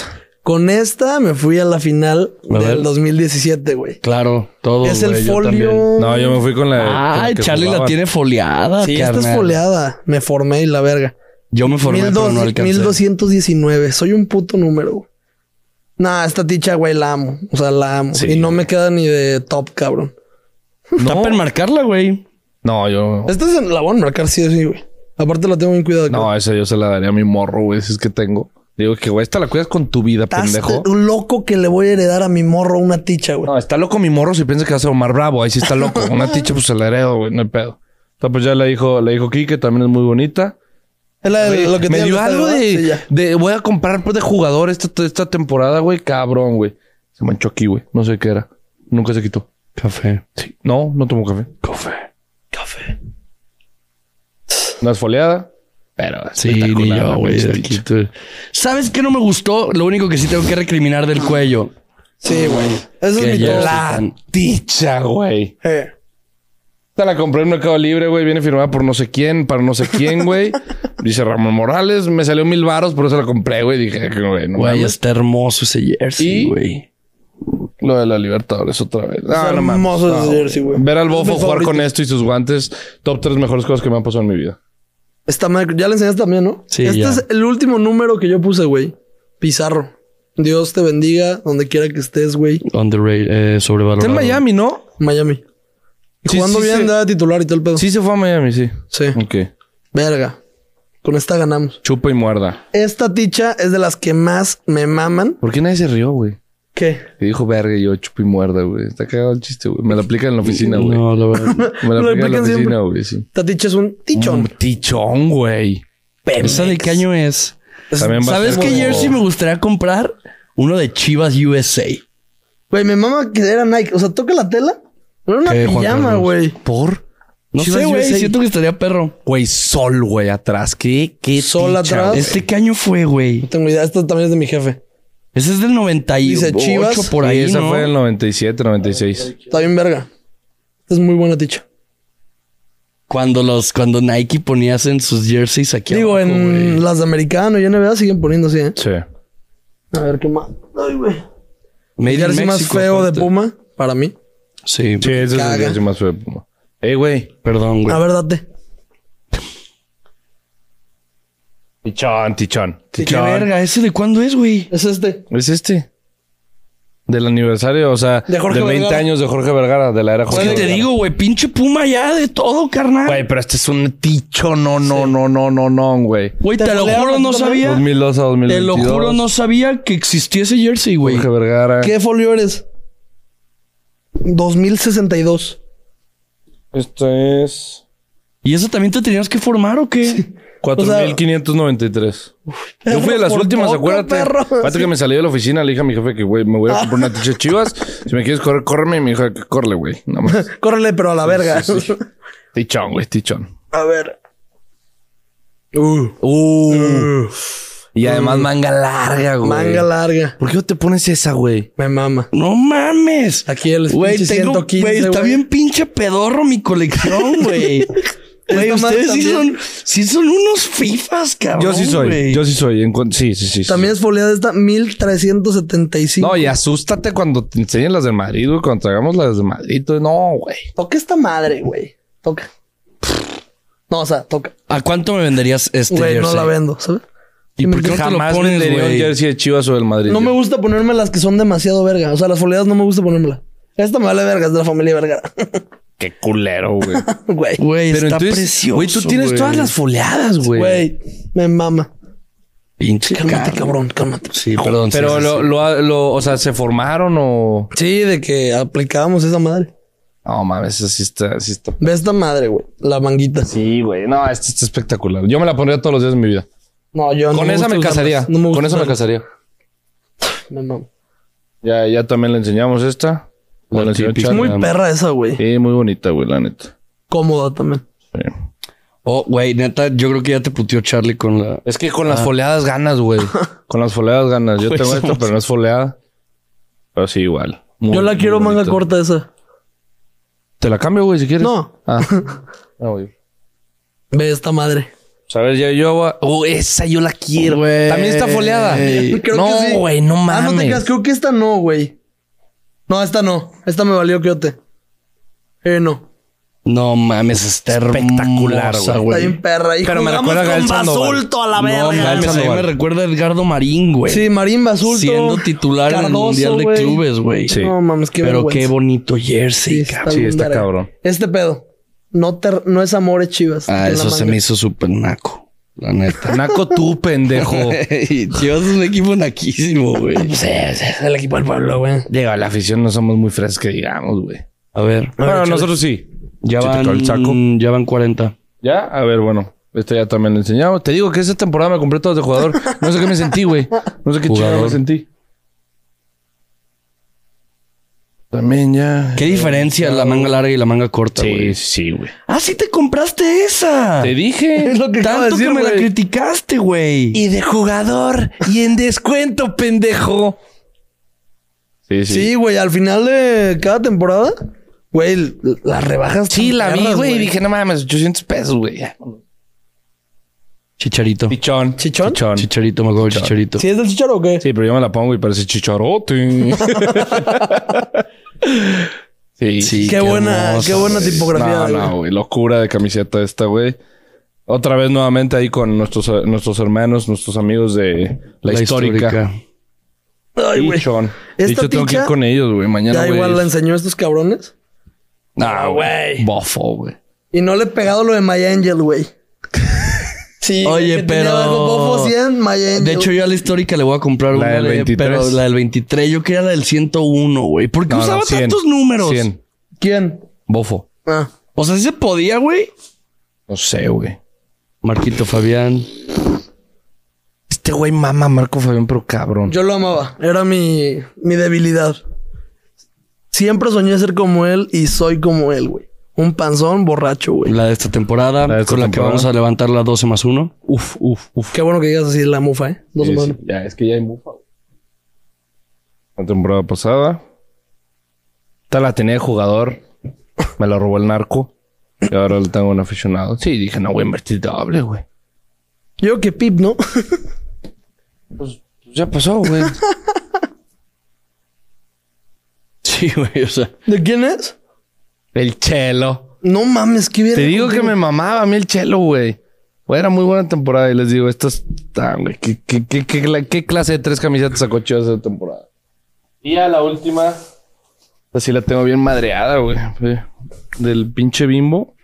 S3: Con esta me fui a la final
S1: A ver.
S3: del 2017, güey.
S1: Claro, todo.
S3: Es el folio.
S2: No, yo me fui con la. con
S1: Ay,
S2: la que
S1: Charlie la
S2: jugaban.
S1: tiene foliada.
S3: Sí, esta es
S1: carnal.
S3: foleada. Me formé y la verga.
S1: Yo me formé, pero no
S3: 1200,
S1: alcancé.
S3: 1219. Soy un puto número. güey. Nah, esta ticha, güey, la amo. O sea, la amo.
S1: Sí,
S3: y no me queda ni de top, cabrón.
S1: Está para marcarla, güey.
S2: No, yo.
S3: Esta es la voy a marcar sí o sí, güey. Aparte la tengo bien cuidada.
S2: No, esa yo se la daría a mi morro, güey. Si es que tengo. Digo que, güey, esta la cuidas con tu vida,
S3: Estás
S2: pendejo.
S3: un loco que le voy a heredar a mi morro una ticha, güey.
S2: No, está loco mi morro si piensa que va a ser Omar Bravo. Ahí sí está loco. Una ticha, pues se la heredo, güey. No hay pedo. O sea, pues ya le dijo, le dijo Kike, también es muy bonita.
S3: Es la- lo que
S2: me
S3: tiene
S2: dio
S3: usted,
S2: algo
S3: ¿verdad? Sí,
S2: de,
S3: ya.
S2: de- Voy a comprar pues, de jugador esta, esta temporada, güey. Cabrón, güey. Se manchó aquí, güey. No sé qué era. Nunca se quitó.
S1: Café.
S2: Sí. No, no tomo café.
S1: Café.
S3: Café.
S2: No es foleada. Pero
S1: Sí, ni
S2: espectacular,
S1: yo,
S2: la
S1: güey.
S2: pinche
S1: de aquí
S2: ticha.
S1: tú- ¿Sabes qué no me gustó? Lo único que sí tengo que recriminar del cuello.
S3: Sí, güey. Eso
S1: Que
S3: es mi
S1: ya
S3: top.
S1: La
S2: ticha, güey.
S3: Eh.
S2: Esta la compré en Mercado Libre, güey. Viene firmada por no sé quién, para no sé quién, güey. Dice Ramón Morales. Me salió mil varos, por eso la compré, güey. Dije, que, güey, no
S1: Güey,
S2: mames.
S1: está hermoso ese
S2: Y-
S1: jersey, güey.
S2: Lo de la Libertadores otra vez. Ah,
S3: Está
S2: no mames.
S3: hermoso ese
S2: No, güey.
S3: jersey, güey.
S2: Ver al
S3: Es mi
S2: bofo jugar
S3: favorito.
S2: con esto y sus guantes. Top tres mejores cosas que me han pasado en mi vida.
S3: Esta madre, ya la enseñaste también, ¿no?
S1: Sí,
S3: Este
S1: ya.
S3: es el último número que yo puse, güey. Pizarro. Dios te bendiga donde quiera que estés, güey.
S1: Underrated, eh, sobrevalorado.
S2: ¿no?
S3: Miami. Y
S2: Sí,
S3: jugando
S2: sí,
S3: bien,
S2: sí.
S3: da titular y todo el pedo. Sí.
S2: Sí se fue a Miami, sí. Ok.
S3: Verga. Con esta ganamos.
S2: Chupa y muerda.
S3: Esta ticha es de las que más me maman.
S2: ¿Por qué nadie se rió, güey?
S3: ¿Qué?
S2: Y dijo verga y yo chupa y muerda, güey. Está cagado el chiste, güey. Me lo aplican en la oficina, güey.
S1: No, la verdad.
S2: Me lo, aplican en
S3: Lo
S2: la
S3: aplican
S2: oficina,
S3: siempre.
S2: güey, sí.
S3: Esta ticha es un tichón.
S2: Un tichón, güey.
S1: ¿Esa de qué año es?
S3: Es-
S2: También va a
S1: ¿Sabes
S2: ser
S1: qué
S2: como-
S1: jersey me gustaría comprar? Uno de Chivas USA.
S3: Güey, me mama que era Nike. O sea, toca la tela. Era una
S1: ¿Qué, Juan
S3: pijama,
S1: Carlos?
S3: güey.
S2: ¿Por?
S1: No
S2: Chivas
S1: sé, güey.
S2: USA.
S1: Siento que estaría perro.
S2: Güey, sol, güey, atrás. ¿Qué? ¿Qué?
S3: Sol atrás.
S1: ¿Este qué año fue, güey?
S3: No tengo idea. Esta también es de mi jefe.
S1: Ese es del 98
S3: Dice Chivas.
S1: por ahí,
S2: esa
S1: ¿no?
S2: fue el 97, 96.
S3: Está bien verga. Esta es muy buena ticha.
S1: Cuando los, cuando Nike ponías en sus jerseys aquí
S3: Digo,
S1: abajo,
S3: en
S1: güey.
S3: las de americano y NBA siguen poniendo así, ¿eh?
S2: Sí.
S3: A ver qué más. Ay, güey. El
S1: Made in
S3: jersey más
S1: Mexico,
S3: feo de
S1: aparte.
S3: Puma para mí.
S1: Sí,
S2: Sí, ese es
S3: Caga.
S2: el jersey más feo de Puma. Ey, güey.
S1: perdón, güey.
S3: A ver, date.
S2: Tichón, tichón.
S1: ¿Qué verga? ¿Ese de cuándo es, güey?
S3: Es este.
S2: ¿Es este? Del aniversario, o sea,
S3: De
S2: de,
S3: Jorge
S2: 20
S3: Vergara.
S2: años de Jorge Vergara, de la era Jorge
S1: ¿Qué te
S2: Vergara.
S1: digo, güey? Pinche puma ya de todo, carnal.
S2: Güey, pero este es un ticho, no, no, no, no, no, no, güey.
S1: Güey,
S3: ¿Te
S1: te lo
S3: golearon
S1: juro, no
S3: tú también?
S1: sabía.
S2: 2002 a 2022.
S1: Te lo juro, no sabía que existía ese jersey, güey.
S2: Jorge Vergara.
S3: ¿Qué folio eres? 2062.
S2: Esto es...
S1: ¿Y eso también te tenías que formar o qué?
S2: 4593. Yo fui de las
S3: Por
S2: últimas,
S3: poco,
S2: acuérdate.
S3: perro.
S2: Acuérdate que me salí de la oficina, le dije a mi jefe que, güey, me voy a comprar una ticha de chivas. Si me quieres correr, córreme. Y me dijo, córrele, güey. Nada más.
S3: Córrele, pero a la verga.
S2: sí, sí. Tichón, güey, tichón.
S3: A ver.
S2: Uh. Y además manga larga, güey.
S3: Manga larga.
S2: ¿Por qué no te pones esa, güey?
S3: Me mama.
S1: No mames.
S3: Aquí el
S1: Güey,
S3: pinche
S1: tengo,
S3: 115,
S1: güey, está
S3: güey.
S1: bien pinche pedorro mi colección, güey. Güey,
S3: Esta madre
S1: ustedes sí son,
S3: también.
S1: sí son unos fifas, cabrón.
S2: Yo sí soy.
S1: güey.
S2: Yo sí soy. En cuan- sí, sí, sí, sí.
S3: También es foliada esta 1375.
S2: No, y asústate cuando te enseñen las de Madrid, güey. Cuando traigamos las de Madrid. tú- No, güey.
S3: Toca esta madre, güey. Toca. No, o sea, toca.
S1: ¿A cuánto me venderías este
S3: Güey,
S1: jersey?
S3: no la vendo, ¿sabes?
S1: ¿Y por qué no te lo
S2: Jamás
S1: pones,
S2: vendería un
S1: güey?
S2: jersey de Chivas o del Madrid.
S3: No me
S2: güey.
S3: gusta ponerme las que son demasiado verga. O sea, las foliadas no me gusta ponérmela. Esta me vale verga, es de la familia Vergara.
S2: Qué culero, güey.
S3: Güey.
S1: Güey,
S2: Pero
S1: está
S2: entonces,
S1: precioso,
S2: güey, tú tienes
S1: güey.
S2: todas las foleadas, güey.
S3: Güey, me mama.
S1: Pinche
S3: Cálmate,
S1: carro.
S3: cabrón, cálmate.
S1: Sí, perdón. sí,
S2: Pero
S1: sí,
S2: lo,
S1: sí.
S2: lo, lo- o sea, ¿se formaron o...?
S3: Sí, de que aplicábamos esa madre.
S2: No, mames, esa sí está, sí está...
S3: Ve esta madre, güey. La manguita.
S2: Sí, güey. No, esta está espectacular. Yo me la pondría todos los días de mi vida.
S3: No, yo no
S2: Con esa
S3: gusta
S2: me
S3: usarlas.
S2: casaría.
S3: No me gusta
S2: Con esa me
S3: usarlas.
S2: casaría.
S3: Me mama.
S2: Ya, ya también le enseñamos esta. La
S1: La
S2: enseñó
S1: típica.
S2: Charlie.
S3: Muy perra esa, güey.
S2: Sí, muy bonita, güey, la neta.
S3: Cómoda también.
S2: Sí.
S1: Oh, güey, neta, yo creo que ya te puteó Charlie con la...
S2: Es que con las foleadas ganas, güey. Ah. con las foleadas ganas. Yo
S1: Güey,
S2: tengo esta,
S1: somos-
S2: pero no es foleada. Pero sí, igual. Muy-
S3: Yo la
S2: muy
S3: quiero manga
S2: bonito.
S3: corta esa.
S2: Te la cambio, güey, si quieres.
S3: No.
S2: Ah. Ah, güey.
S3: Ve esta madre.
S2: Sabes, ya yo agua. Oh, esa yo la quiero.
S1: Güey.
S2: También está foleada.
S1: Creo
S3: que
S2: no,
S3: sí.
S2: güey, no mames.
S3: Ah, no te creas, creo que esta no, güey. No, esta no. Esta me valió quiote. Eh, no.
S1: No mames, está
S2: Espectacular,
S1: espectacular,
S3: Está
S1: güey.
S3: bien perra. Y
S2: Pero me
S3: jugamos
S2: recuerda a
S3: con
S2: Gael Sandoval.
S3: Basulto a la
S2: No,
S3: verga.
S2: Gael
S1: Mames, ahí
S2: Sandoval.
S1: me recuerda a Edgardo Marín, güey.
S3: sí, Marín Basulto.
S1: Siendo titular en el
S3: Cardoso,
S1: Mundial de
S3: güey.
S1: Clubes, güey.
S2: Sí.
S3: No mames, qué
S1: Pero
S3: vergüenza.
S1: qué bonito jersey,
S3: Sí,
S1: cabrón.
S2: Sí,
S3: bien
S2: está
S3: verga.
S2: cabrón.
S3: Este pedo. No, te, no es amor, es chivas.
S1: Ah,
S3: En la
S1: eso se
S3: manga.
S1: me hizo súper naco. La neta.
S2: Naco tú, pendejo.
S1: Chivas es un equipo naquísimo, güey.
S3: Sí, sí, es el equipo del pueblo, güey.
S2: Llega la afición, no somos muy frescos, que digamos, güey.
S1: A ver,
S2: Bueno,
S3: chale.
S2: nosotros sí.
S1: ya
S2: Sí te cae el saco.
S1: van, ya van 40.
S2: ¿Ya? A ver, bueno. Esto ya también lo enseñamos. Te digo que esa temporada me compré todos de jugador. No sé qué me sentí, güey. No sé qué
S1: Jugador.
S2: chingado me sentí. También ya.
S1: ¿Qué diferencia la manga larga y la manga corta,
S2: Sí,
S1: güey?
S2: sí, güey.
S1: Ah, sí te compraste esa.
S2: Te dije.
S3: Es lo que acabo de
S1: Tanto
S3: decir,
S1: que me la
S3: güey.
S1: criticaste, güey.
S2: de jugador y en descuento, pendejo. Sí, sí.
S3: Sí, güey, al final de cada temporada, güey, l- las rebajas.
S2: Sí,
S3: tan
S2: la vi,
S3: perras,
S2: güey. Y dije, no mames, 800 pesos, güey. Ya.
S1: Chicharito.
S2: Pichón.
S3: ¿Chichón?
S2: Chichón.
S1: Chicharito, me acuerdo del chicharito.
S3: ¿Sí es del chicharo o qué?
S2: Sí, pero yo me la pongo y parece chicharote. sí.
S1: Sí,
S3: qué,
S1: qué
S3: buena,
S1: hermoso,
S3: qué buena
S1: güey.
S3: tipografía.
S2: No,
S3: güey.
S2: no, güey. Locura de camiseta esta, güey. Otra vez nuevamente ahí con nuestros, eh, nuestros hermanos, nuestros amigos de la, histórica.
S3: Ay, güey.
S2: Pichón.
S3: Esta
S2: De hecho, tengo que
S3: picha-
S2: ir con ellos, güey. Mañana,
S3: Ya
S2: güey.
S3: igual la enseñó a estos cabrones.
S2: Ah, güey. Bofo, güey.
S3: Y no le he pegado lo de My Angel, güey. Sí. güey,
S1: Oye,
S3: que tenía
S1: pero-
S3: algo bofo, sí, en My Angel.
S1: De hecho, yo a la histórica le voy a comprar una.
S2: del
S1: de-
S2: 23.
S1: Pero la del 23, yo quería la del 101, güey. ¿Por qué
S2: No, no,
S1: usaba
S2: 100,
S1: tantos números?
S2: 100.
S3: ¿quién?
S2: Bofo.
S3: Ah.
S1: O sea, sí se podía, güey.
S2: No sé, güey.
S1: Marquito Fabián.
S2: Este güey mama a Marco Fabián, pero cabrón.
S3: Yo lo amaba. Era mi, mi debilidad. Siempre soñé ser como él y soy como él, güey. Un panzón borracho, güey.
S1: La de esta temporada,
S2: La de esta
S1: con la que
S2: temporada.
S1: vamos a levantar la 12 más 1.
S2: Uf, uf, uf.
S3: Qué bueno que digas así la mufa, ¿eh? Dos
S2: Sí, sí.
S3: humanos.
S2: Ya, es que ya hay mufa. güey. La temporada pasada. Esta la tenía de jugador. Me la robó el narco. Y ahora la tengo en aficionado. Sí, dije, no voy a invertir doble, güey.
S3: Yo que Pip, ¿no?
S2: Pues Ya pasó, güey.
S1: Sí, güey, o sea.
S3: ¿De quién es?
S2: el chelo.
S3: No mames, qué bien.
S2: Te digo que me mamaba a mí el chelo, güey. Güey, Era muy buena temporada y les digo, estas, ah, güey, ¿qué, qué, qué, qué, cla- qué clase de tres camisetas sacó Chivas esa temporada? Y a la última, así la tengo bien madreada, güey. Sí. Del pinche bimbo,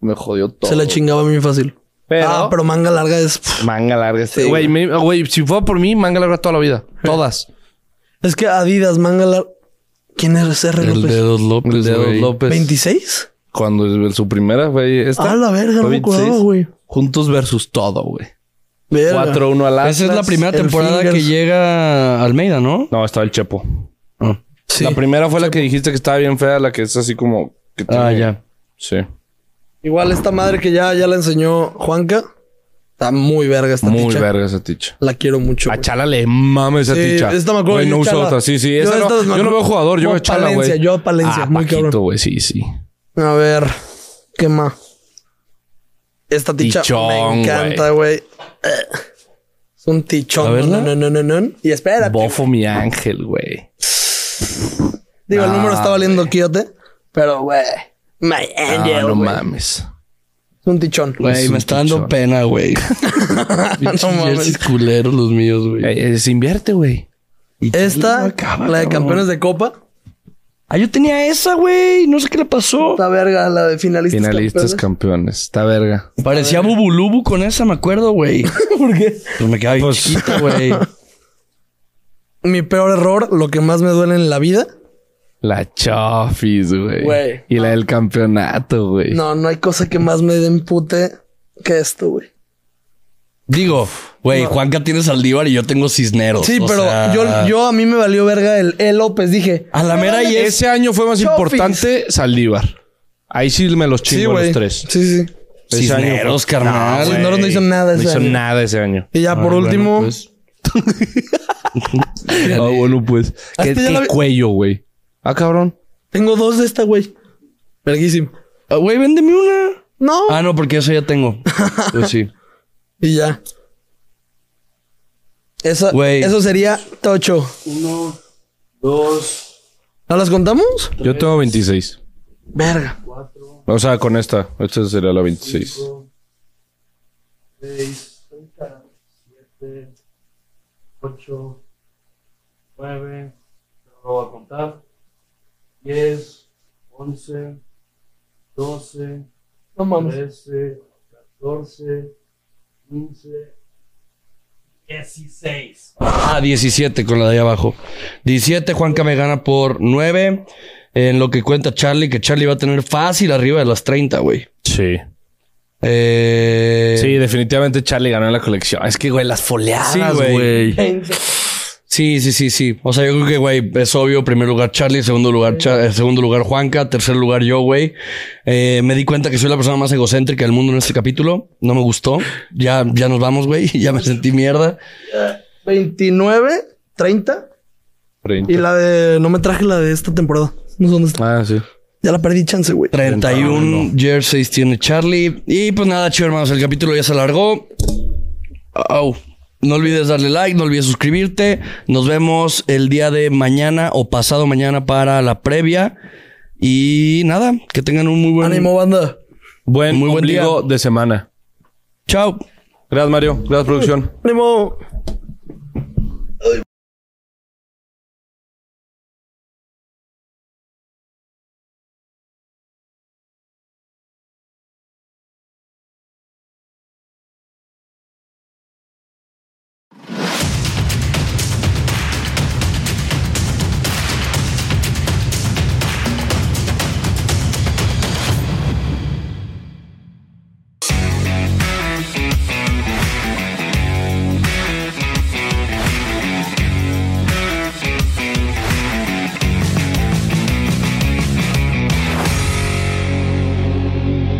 S2: me jodió todo.
S3: Se la chingaba muy fácil.
S2: Pero-
S3: Ah, pero manga larga es. pff.
S2: Manga larga. este-
S3: Sí,
S2: Güey, me- güey, si fue por mí, manga larga toda la vida. Todas.
S3: Es que Adidas, manga larga. ¿Quién es R.
S1: El
S3: López?
S1: dedos
S2: El
S1: López.
S2: dedo
S1: güey.
S2: López.
S3: ¿26?
S2: Cuando es- su primera fue esta.
S3: Ah, la verga, no me
S2: Fue
S3: acordaba,
S2: 26.
S3: güey.
S2: Juntos versus todo, güey.
S3: Verga.
S2: 4-1 al
S1: Esa es la
S2: Atlas.
S1: primera
S3: el
S1: temporada
S3: Fingers.
S1: que llega Almeida, ¿no?
S2: No, estaba el Chepo.
S1: Ah,
S3: Sí.
S2: La primera fue la que dijiste que estaba bien fea, la que es así como. que
S1: Ah,
S2: tiene-
S1: ya.
S2: Sí.
S3: Igual esta madre que ya, ya la enseñó Juanca. Está muy verga esta
S2: Muy
S3: ticha.
S2: verga esa ticha.
S3: La quiero mucho.
S2: A
S3: güey.
S2: Chala le mame esa
S3: Sí,
S2: ticha.
S3: esta me acuerdo
S2: Güey,
S3: que
S2: no
S3: yo
S2: uso
S3: Chala-
S2: otra. Sí, sí.
S3: yo
S2: Esa no-
S3: estas
S2: yo
S3: me
S2: no
S3: acuerdo-
S2: veo jugador, yo
S3: Yo
S2: veo Chala,
S3: Palencia,
S2: güey.
S3: yo a Palencia,
S2: Ah,
S3: muy
S2: Paquito,
S3: cabrón.
S2: güey, sí, sí.
S3: A ver, ¿qué más? Esta ticha
S2: Tichón,
S3: me encanta, güey. Eh, Es un tichón.
S1: A verla.
S3: No, no, no, no, no. Y espérate.
S2: Bofo mi ángel, güey.
S3: Digo, el número está
S2: Ah,
S3: valiendo quiote. Pero, güey. My angel,
S2: Ah, no
S3: güey.
S2: mames.
S3: Es un tichón.
S1: Güey,
S2: Es un
S1: me está dando
S2: pichón.
S1: pena, güey.
S3: No
S1: Pinches
S3: mames.
S1: jerseys culeros los míos, güey.
S2: Eh, eh, se invierte, güey.
S3: Esta,
S1: Acaba,
S3: la de
S1: cabrón.
S3: campeones de copa.
S1: Ah, yo tenía esa, güey. No sé qué le pasó.
S3: Esta verga, la de finalistas.
S2: Finalistas,
S3: campeones.
S2: campeones. Está verga.
S1: Parecía Bubulubu con esa, me acuerdo, güey.
S3: ¿Por qué?
S1: Pues me quedaba bien
S2: Pues-
S1: chiquito, güey.
S3: Mi peor error, lo que más me duele en la vida.
S2: La Chofis, güey.
S3: Güey.
S2: Y la del campeonato, güey.
S3: No, no hay cosa que más me den pute que esto, güey.
S1: Digo, güey, Juanca tiene Saldívar y yo tengo Cisneros.
S3: Sí,
S1: o
S3: pero
S1: sea,
S3: yo, yo a mí me valió verga el E. López. Dije,
S1: A la mera y es...
S2: Ese año fue más
S3: Chofis.
S2: importante Saldívar. Ahí sí me los
S3: sí,
S2: chingo a
S3: güey.
S2: los tres.
S3: Sí, sí.
S2: Ese año
S1: Cisneros,
S2: fue- No,
S1: carnal.
S2: güey.
S3: Cisneros no hizo nada
S2: No
S3: ese
S2: hizo
S3: año.
S2: nada ese año.
S3: Y ya
S1: Ah,
S3: por
S1: bueno,
S3: último,
S1: pues.
S2: Ah, bueno, pues. Qué,
S3: ya
S2: qué
S3: la vi-
S2: cuello, güey. Ah, cabrón.
S3: Tengo dos de esta, güey. Verguísimo.
S1: Ah, Güey, véndeme una.
S3: No.
S1: Ah, no, porque eso ya tengo. Pues sí.
S3: Y ya. Esa,
S1: Güey.
S3: Eso sería tocho.
S1: Uno, dos.
S3: ¿No las contamos?
S2: Yo tengo 26.
S3: Verga.
S2: O sea, con esta. Esta sería la 26.
S4: ocho, nueve, no lo voy a contar, diez, once, doce,
S3: No
S4: trece, catorce, quince, dieciséis.
S1: Ah, 17 con la de ahí abajo. 17, Juanca me gana por 9. En lo que cuenta Charlie, que Charlie va a tener fácil arriba de las 30, güey.
S2: Sí.
S1: Eh,
S2: Sí, definitivamente Charlie ganó en la colección. Es que, güey, las foleadas,
S1: Sí, güey.
S2: güey.
S1: Sí, sí, sí, sí. O sea, yo creo que, güey, es obvio. Primer lugar, Charlie. Segundo lugar, Cha- eh, segundo lugar Juanca. Tercer lugar, yo, güey. Eh, me di cuenta que soy la persona más egocéntrica del mundo en este capítulo. No me gustó. Ya, ya nos vamos, güey. Ya me sentí mierda.
S3: 29, 30. Y la de. No me traje la de esta temporada. No sé dónde está.
S2: Ah, sí.
S3: Ya la perdí chance, güey.
S1: 31 jerseys tiene Charlie. Y pues nada, chido, hermanos. El capítulo ya se alargó. Au. No olvides darle like, no olvides suscribirte. Nos vemos el día de mañana o pasado mañana para la previa. Y nada, que tengan un muy buen
S3: Ánimo, banda.
S2: Buen,
S1: Muy buen
S2: ombligo
S1: día.
S2: de semana.
S1: Chao.
S2: Gracias, Mario. Gracias, producción.
S3: Ánimo.